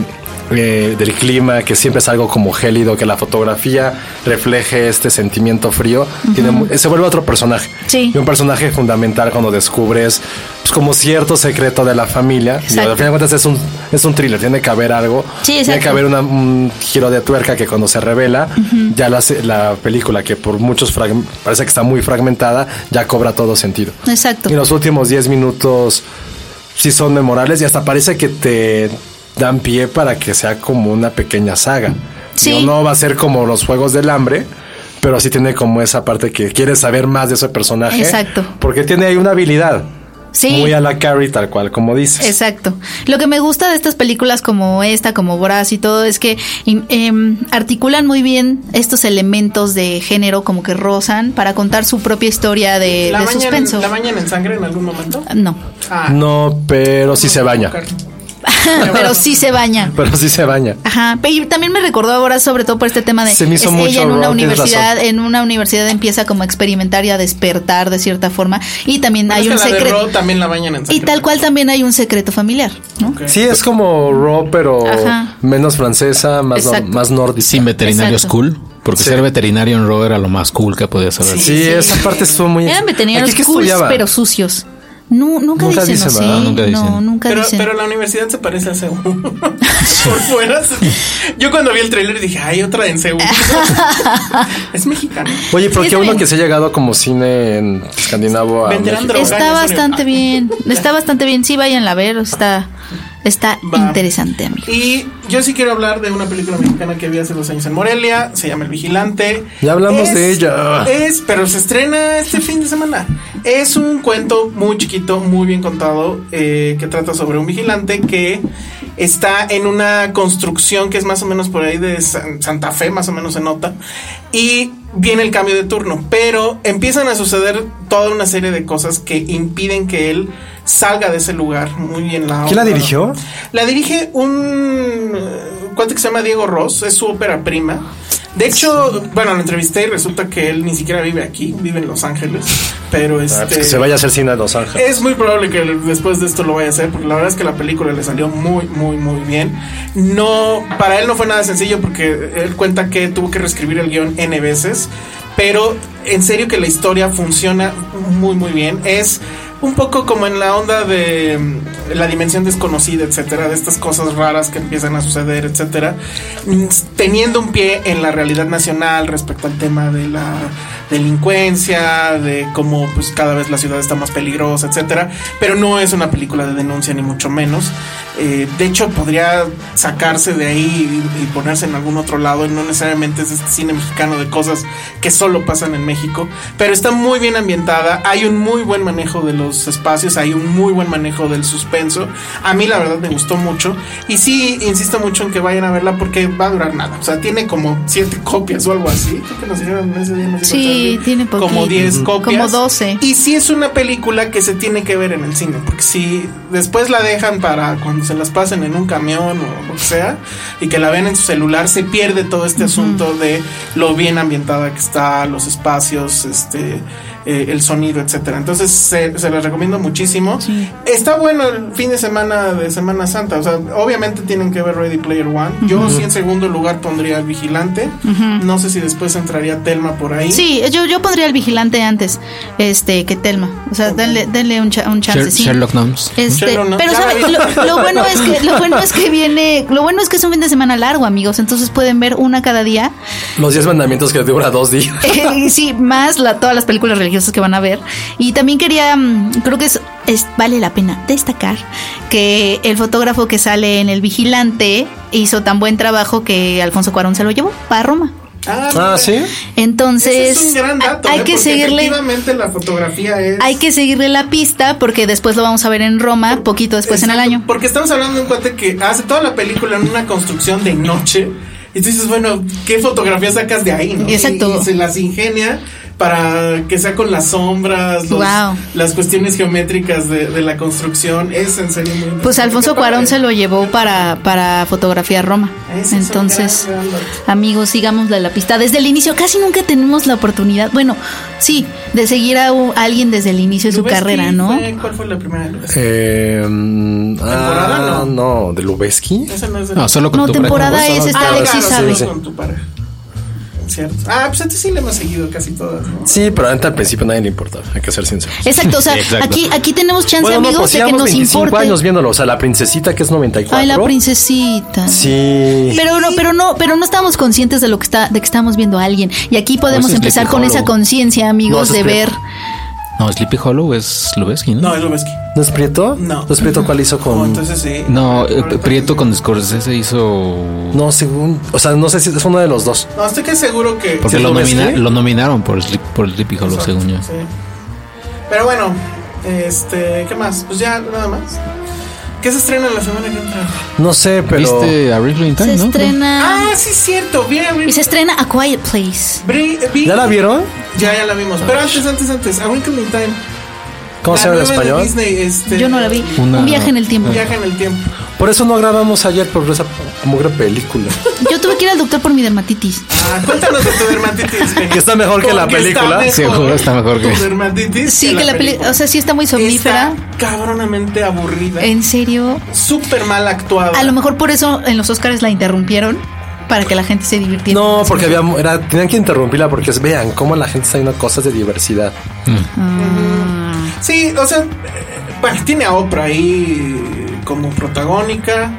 eh, del clima, que siempre es algo como gélido, que la fotografía refleje este sentimiento frío, tiene mu- eh, se vuelve otro personaje. Sí. Y un personaje fundamental cuando descubres pues, como cierto secreto de la familia. Y Exacto. al final de cuentas es un, es un thriller, tiene que haber algo. Sí, Tiene que exacto. haber una- un giro de tuerca que cuando se revela, ya la, se- la película, que por muchos fragm- parece que está muy fragmentada, ya cobra todo sentido. exacto. Y los últimos 10 minutos sí son memorables y hasta parece que te dan pie para que sea como una pequeña saga. Sí. Digo, no va a ser como los Juegos del Hambre, pero sí tiene como esa parte que quieres saber más de ese personaje. Exacto. Porque tiene ahí una habilidad. Sí. Muy a la Carrie, tal cual, como dices. Exacto. Lo que me gusta de estas películas como esta, como Voraz y todo, es que in- em, articulan muy bien estos elementos de género, como que rozan, para contar su propia historia de, ¿La eh, de bañan en- suspenso. Mm. ¿La bañan en sangre en algún momento? No, Ah, No, pero sí se baña. pero sí se bañan. Pero sí se baña. Ajá, pe- y también me recordó ahora sobre todo por este tema de Se me hizo es mucho ella en una horror, tienes universidad, en una universidad empieza como a experimentar y a despertar de cierta forma y también Hay hay un la de secreto Ro también la bañan en sangre. y tal cual también hay un secreto familiar, ¿no? Sí, es como Raw, pero Ajá. menos francesa, más, no- Exacto. más nórdica. Sin veterinarios Exacto. cool. Porque Sí. ser veterinario en Raw era lo más cool que podías hacer. Sí, esa parte estuvo muy. Eran veterinarios ¿Aquí qué cool, estudiaba? pero sucios. Nu- nunca, Nunca dicen, dicen, ¿no? ¿verdad? Sí, Nunca No, dicen. nunca Pero, dicen. pero la universidad se parece a Seúl. Por fuera. se- Yo cuando vi el trailer dije, hay otra en Seúl. es mexicana. Oye, Sí, ¿por qué está uno bien. que se ha llegado como cine en escandinavo a Venderán México? droga. está Pero- bastante Ah. bien. Está bastante bien. Sí, vayan a ver. Está, está Va. interesante, amigo. Y yo sí quiero hablar de una película mexicana que vi hace dos años en Morelia. Se llama El Vigilante. Ya hablamos de ella. Es, pero se estrena este fin de semana. Es un cuento muy chiquito, muy bien contado, eh, que trata sobre un vigilante que está en una construcción que es más o menos por ahí de San- Santa Fe, más o menos se nota. Y viene el cambio de turno, pero empiezan a suceder toda una serie de cosas que impiden que él salga de ese lugar muy bien la ¿Quién la onda. dirigió? La dirige un eh, cuate que se llama Diego Ross, es su ópera prima. De hecho, bueno, lo entrevisté y resulta que él ni siquiera vive aquí, vive en Los Ángeles, pero Ah, este pues que se vaya a hacer cine a Los Ángeles. es muy probable que después de esto lo vaya a hacer, porque la verdad es que la película le salió muy, muy, muy bien. No, para él no fue nada sencillo, porque él cuenta que tuvo que reescribir el guión N veces, pero en serio que la historia funciona muy, muy bien. Es un poco como en la onda de mm, la dimensión desconocida, etcétera, de estas cosas raras que empiezan a suceder, etcétera, mm, teniendo un pie en la realidad nacional respecto al tema de la delincuencia, de cómo pues cada vez la ciudad está más peligrosa, etcétera, pero no es una película de denuncia ni mucho menos. Eh, de hecho, podría sacarse de ahí y, y ponerse en algún otro lado y no necesariamente es este cine mexicano de cosas que solo pasan en México, pero está muy bien ambientada, hay un muy buen manejo de los espacios, hay un muy buen manejo del suspenso. A mí la verdad me gustó mucho y sí, insisto mucho en que vayan a verla porque va a durar nada. O sea, tiene como siete copias o algo así. Creo que nos hicieron ese día, nos dijo Sí, Charlie, tiene como poquito. 10 Ujú. copias. Como 12. Y sí es una película que se tiene que ver en el cine, porque si después la dejan para cuando se las pasen en un camión o lo que sea, y que la vean en su celular, se pierde todo este asunto de lo bien ambientada que está, los espacios, este eh, el sonido, etcétera. Entonces se, se las recomiendo muchísimo. Está bueno el fin de semana de Semana Santa, o sea, obviamente tienen que ver Ready Player One. Yo sí en segundo lugar pondría El Vigilante. No sé si después entraría Telma por ahí. Sí, yo, yo pondría al vigilante antes este que Telma. O sea, denle, denle un, cha- un chance. Sher- sí. Sherlock Gnomes. Este, Sherlock, ¿no? pero Ya ¿sabe? la vi. lo, lo bueno es que lo bueno es que viene lo bueno es que es un fin de semana largo amigos entonces pueden ver una cada día Los 10 mandamientos que dura dos días. Eh, sí, más la, todas las películas religiosas que van a ver. Y también quería, mm, creo que es, es- vale la pena destacar que el fotógrafo que sale en El Vigilante hizo tan buen trabajo que Alfonso Cuarón se lo llevó para Roma. Ah, mira. sí. Entonces, Ese es un gran dato, hay ¿eh? que Porque seguirle. Efectivamente, la fotografía es. Hay que seguirle la pista porque después lo vamos a ver en Roma, poquito después pues, en el Exacto, año. Porque estamos hablando de un cuate que hace toda la película en una construcción de noche. Y tú dices, bueno, ¿qué fotografía sacas de ahí? no? Exacto. Y, y se las ingenia para que sea con las sombras, los- Guau. las cuestiones geométricas de, de la construcción. Es en serio muy Pues interesante. Alfonso Qué padre. Cuarón se lo llevó para, para fotografiar Roma. Ese es un Entonces, gran, gran dato. amigos, sigamos la pista. Desde el inicio, casi nunca tenemos la oportunidad, bueno, sí, de seguir a u- a alguien desde el inicio de su Lubeski carrera, ¿no? fue- ¿Cuál fue la primera? Lubeski? Eh, mm, ¿Temporada, ah, no, de Lubeski. Esa no es de- No, solo con No, tu temporada pareja. es esta Ah, de sí claro, sabe. sí, sí. con tu pareja. Cierto. Ah, pues a ti sí le hemos seguido casi todas, ¿no? Sí, pero antes al principio a nadie le importaba, hay que ser sincero. Exacto, o sea, Exacto. aquí, aquí tenemos chance, no, amigos, pues de que llevamos nos 25 importe. años viéndolo, o sea, la princesita que es 94. Ay, la princesita. Sí. Pero no, pero no, pero no estamos conscientes de lo que está, de que estamos viendo a alguien. Y aquí podemos ese es empezar con Sleepy esa Hollow. conciencia, amigos, No, ese de es ver. No, Sleepy Hollow es Lubeski, ¿no? No, es Lubeski. ¿No es Prieto? No. ¿No es Prieto cuál hizo con.? Oh, entonces sí. No, eh, Prieto con Scorsese hizo... No, según. O sea, no sé si es uno de los dos. No, estoy que seguro que. Porque ¿Sí lo, es Lubeski? nomina- lo nominaron por, Sleep- por Sleepy Hollow, según yo. Sí. Pero bueno, Este, ¿qué más? Pues ya, nada más. ¿Qué se estrena la semana que entra? No sé, pero. ¿Viste a Wrinkle in Time, Se no? estrena. Ah, sí, es cierto. Bien, Y bien. se estrena A Quiet Place. Bri- eh, vi- ¿Ya la vieron? Ya, ya la vimos. Pero antes, antes, antes. A Wrinkle in Time. ¿Cómo La se llama en nueva de español? Disney, este, Yo no la vi. Una- Un viaje en el tiempo. Viaje en el tiempo. Por eso no grabamos ayer por esa mugre película. Yo tuve que ir al doctor por mi dermatitis. Ah, cuéntanos de tu dermatitis. güey. Que está mejor que la Porque está película. mejor Seguro está mejor que- tu dermatitis. Sí, que la peli, o sea, sí está muy somnífera. Está cabronamente aburrida. En serio. Súper mal actuada. A lo mejor por eso en los Oscars la interrumpieron para que la gente se divirtiera. No, porque había, era, tenían que interrumpirla porque es, vean cómo la gente está viendo cosas de diversidad. Ah. Sí, o sea, eh, bueno, tiene a Oprah ahí como protagónica.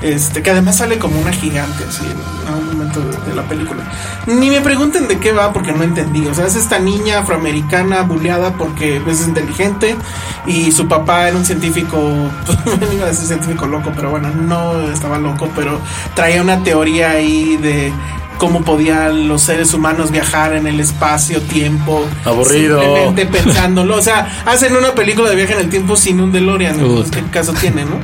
Este, que además sale como una gigante así en algún momento de, de la película. Ni me pregunten de qué va porque no entendí. O sea, es esta niña afroamericana buleada porque pues, es inteligente y su papá era un científico, pues, no iba a decir científico loco, pero bueno, no estaba loco, pero traía una teoría ahí de cómo podían los seres humanos viajar en el espacio-tiempo. Aburrido. Simplemente pensándolo. O sea, hacen una película de viaje en el tiempo sin un DeLorean. ¿no? Puta. ¿Qué caso tiene, no?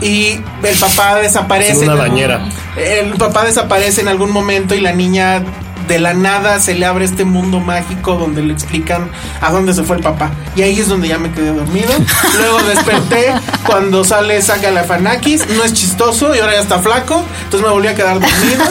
Y el papá desaparece. Sin una en algún- bañera. El papá desaparece en algún momento y la niña de la nada se le abre este mundo mágico donde le explican a dónde se fue el papá. Y ahí es donde ya me quedé dormido. Luego desperté cuando sale saca la Fanakis. No es chistoso y ahora ya está flaco. Entonces me volví a quedar dormido.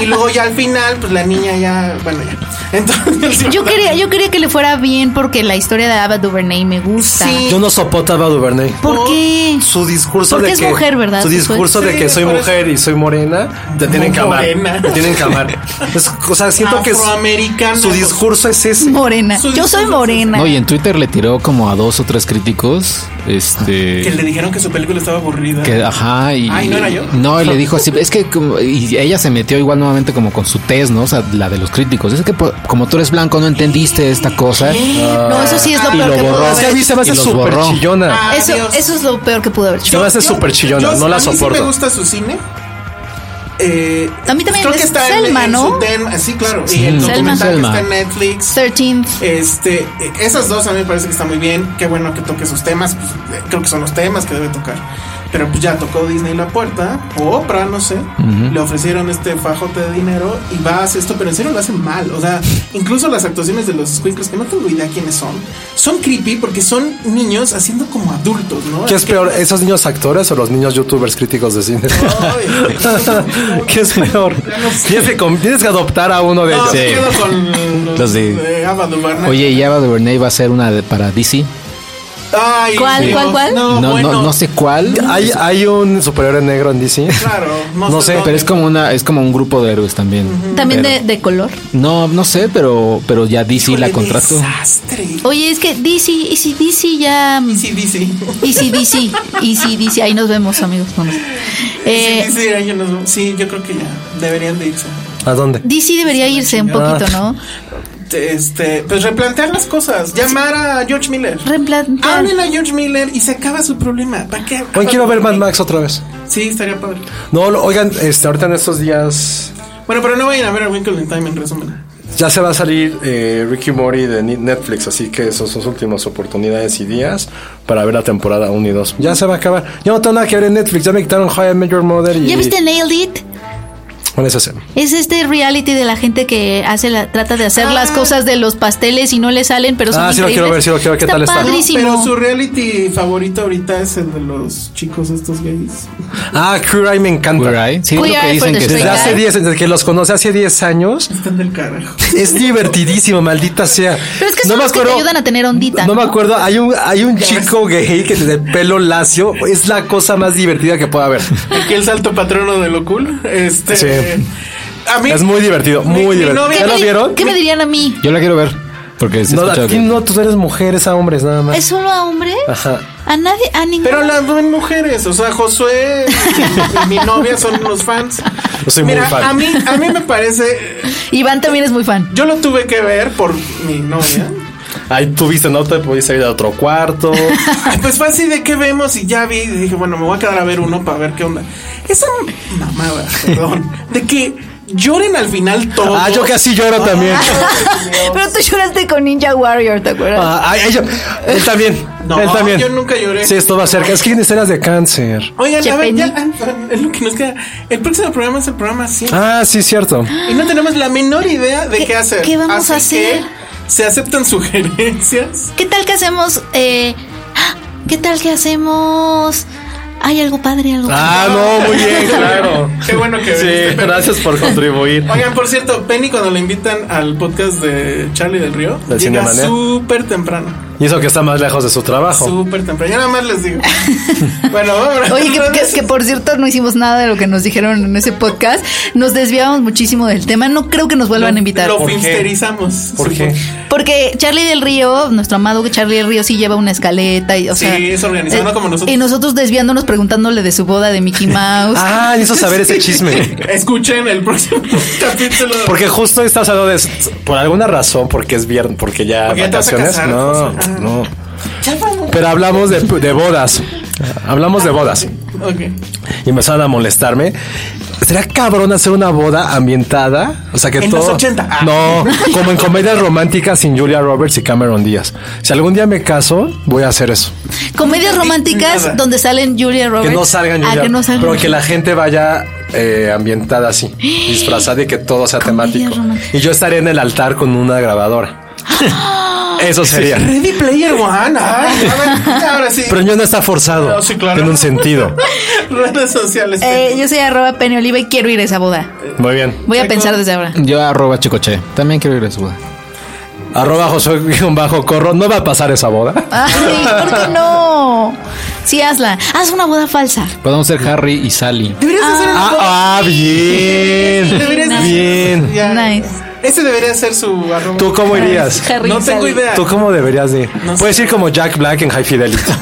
Y luego ya al final, pues la niña ya. Bueno, ya. Entonces. Yo quería, yo quería que le fuera bien porque la historia de Ava DuVernay me gusta. Sí. Yo no soportaba a Duvernay. ¿Por qué? Su discurso Porque de es que mujer, ¿verdad? su Sí, discurso soy- de que Sí, soy por mujer y soy morena, te tienen que amar. Morena. Te tienen que amar. Es- o sea, siento que es- Afroamericana. pues. su discurso es ese. Morena. Su Yo soy discurso- morena. No, y en Twitter le tiró como a dos o tres críticos. Este. Que le dijeron que su película estaba aburrida. Que, ajá, y. Ay, ¿no era yo? No, y le dijo así. Es que como- y ella se metió igual nuevamente como con su test, ¿no? O sea, la de los críticos. Es que po- como tú eres blanco, no entendiste esta cosa. Ah. No, eso sí es lo peor que pudo Es que a haber mí se me Y hace los súper borró. chillona. Ah, Eso, Dios. eso es lo peor que pudo haber hecho. Se me hace súper chillona, Yo- no la a mí soporto. Sí me gusta su cine. Eh, A mí también creo que es está Selma, en, en ¿no? su tema- sí, claro. Y el Selma. documental Selma. que está en Netflix. 13th. Este, eh, esas dos a mí me parece que está muy bien. Qué bueno que toque sus temas. pues, eh, creo que son los temas que debe tocar. Pero pues ya tocó Disney la puerta, o Oprah, no sé. Le ofrecieron este fajote de dinero y va a hacer esto, pero en serio lo hacen mal. O sea, incluso las actuaciones de los squinkles, que no tengo idea quiénes son, son creepy porque son niños haciendo como adultos, ¿no? ¿Qué es peor, esos niños actores o los niños youtubers críticos de cine? Ay. ¿Qué es peor? Tienes que, com- tienes que adoptar a uno de No, ellos. Sí. me quedo con los, Los de- de Ava DuVernay. Oye, y Ava DuVernay va a ser una de, para DC. Ay, ¿Cuál, Dios. cuál, cuál? No, no, bueno, no, no sé cuál. ¿Hay, hay un superhéroe negro en DC. Claro, No sé, dónde. Pero es como una, es como un grupo de héroes también. También Pero- de, de color. No, no sé, pero, pero ya DC la Híjole, contrató. Desastre. Oye, es que DC, y si DC ya. Sí, dice. Y si DC, y si DC, ahí nos vemos, amigos. no nos- Eh, sí, sí, ahí yo no- sí, yo creo que ya deberían de irse. ¿A dónde? DC debería irse un poquito, ¿no? Este, pues replantear las cosas, llamar a George Miller. Replantear. Hablen a George Miller y se acaba su problema. ¿Para qué? Hoy quiero ver Mad Max otra vez. Sí, estaría padre. No, lo- oigan, este, ahorita en estos días Bueno, pero no vayan a ver a Winkle in Time en resumen. ya se va a salir eh, Ricky Mori de Ni- Netflix, así que esas son sus últimas oportunidades y días para ver la temporada 1 y 2. Ya se va a acabar. Ya no tengo nada que ver en Netflix, ya me quitaron How I Met Your Mother y... ¿Ya viste Nailed It? Bueno, eso sí. Es este reality de la gente que hace la, trata de hacer Ah. las cosas de los pasteles y no le salen, pero son Ah, sí lo increíbles. quiero ver, sí lo quiero ver, ¿qué tal está? padrísimo. Pero su reality favorito ahorita es el de los chicos estos gays. Ah, Queer Eye me encanta. Queer Eye. Sí, es Queer lo que Eye dicen for que the Desde Straight está. hace Eye. 10, desde que los conoce hace 10 años, Están del carajo. es divertidísimo, maldita sea. Pero es que son me los que te acuerdo- ayudan a tener ondita, No, me ¿no? acuerdo, hay un, hay un chico gay que de pelo lacio es la cosa más divertida que pueda haber. Aquí el salto patrono de lo cool. Este. Sí. A mí. Es muy divertido, muy mi divertido. novia- ¿Ya lo me- vieron? ¿Qué me dirían a mí? Yo la quiero ver. Porque se No, escucha a ti que- no, tú eres mujeres a hombres, nada más. ¿Es solo a hombres? Ajá. A nadie, a ninguno. Pero las dos mujeres, o sea, Josué y mi novia son unos fans. Yo soy Mira, muy fan. a mí, a mí me parece, Iván también es muy fan. yo lo tuve que ver por mi novia. Ahí tuviste, no te pudiste ir a otro cuarto. Ay, Pues fue así de que vemos y ya vi y dije, bueno, me voy a quedar a ver uno para ver qué onda. Esa mamada, perdón, de que Lloren al final todos. Ah, yo casi lloro también. Ah. Pero tú lloraste con Ninja Warrior, ¿te acuerdas? Ah, ay, ay, yo- él también. No, él también. yo nunca lloré. Sí, esto va cerca. Es que tienes escenas de cáncer. Oigan, a ver, Chepenny. ya, ah, es lo que nos queda. El próximo programa es el programa 100. Ah, sí, cierto. Y no tenemos la menor idea de qué, ¿Qué- hacer. qué vamos a Así que hacer? Se aceptan sugerencias. ¿Qué tal que hacemos? eh, ah, ¿Qué tal que hacemos? Hay algo padre, algo Ah, no, muy bien, claro. Qué bueno que Sí, viniste. gracias por contribuir. Oigan, por cierto, Penny cuando la invitan al podcast de Charlie del Río, Del llega Cinemanía. súper temprano. Y eso que está más lejos de su trabajo. Súper temprano. Ya nada más les digo. bueno, ahora. Oye, que, que- que por cierto no hicimos nada de lo que nos dijeron en ese podcast. Nos desviamos muchísimo del tema. No creo que nos vuelvan a invitar. Lo ¿Por qué? finsterizamos. ¿Por supongo. qué? Porque Charlie del Río, nuestro amado Charlie del Río, sí lleva una escaleta. Y, o Sí, sea, eh, es organizado, no como nosotros. Y nosotros desviándonos preguntándole de su boda de Mickey Mouse. Ah, hizo saber ese chisme. Escuchen el próximo capítulo. Porque justo estás hablando de esto. por alguna razón, porque es viernes, porque ya Porque ya te vas a vacaciones. casar, no, José. Ah. no. Ya vamos. Pero hablamos de, de bodas. Hablamos de bodas. Ok. Y empezaron a molestarme. Sería cabrón hacer una boda ambientada. O sea que En todo. los 80. Ah. No, como en comedias románticas sin Julia Roberts y Cameron Díaz. Si algún día me caso, voy a hacer eso. Comedias románticas nada. donde salen Julia Roberts. Que no salgan Ah, Julia. que no salgan. Pero que la gente vaya eh, ambientada así, disfrazada y que todo sea Comedias temático. románticas. Y yo estaré en el altar con una grabadora. Eso sería. Ready Player One. ay, a ver, ahora sí. Pero yo no está forzado. No, Ah, sí, claro. En un sentido. Redes sociales. Eh, yo soy arroba Penny Oliva y quiero ir a esa boda. Muy bien. Voy a pensar desde ahora. Yo arroba chicoche. También quiero ir a su boda. Arroba Josué bajo corro. No va a pasar esa boda. Ay, ¿por qué no? Sí, hazla. Haz una boda falsa. Podemos ser Harry y Sally. Deberías hacer el podcast. Ah, ah, bien. Deberías hacer- Bien. Ya. Nice. Ese debería ser su arroba. ¿Tú cómo irías? Harry no y tengo Sally. idea. ¿Tú cómo deberías de ir? No Puedes sé. ir como Jack Black en High Fidelity.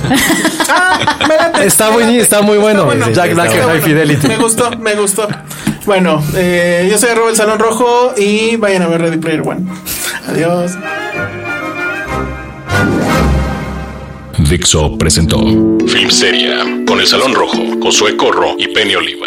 Ah, me late, Está me buen- late. está muy bueno, Jack Black está en High Fidelity. Me gustó, me gustó. Bueno, eh, yo soy arroba el Salón Rojo y vayan a ver Ready Player One. Adiós. Dixo presentó Film Seria con El Salón Rojo, Josué Corro y Penny Oliva.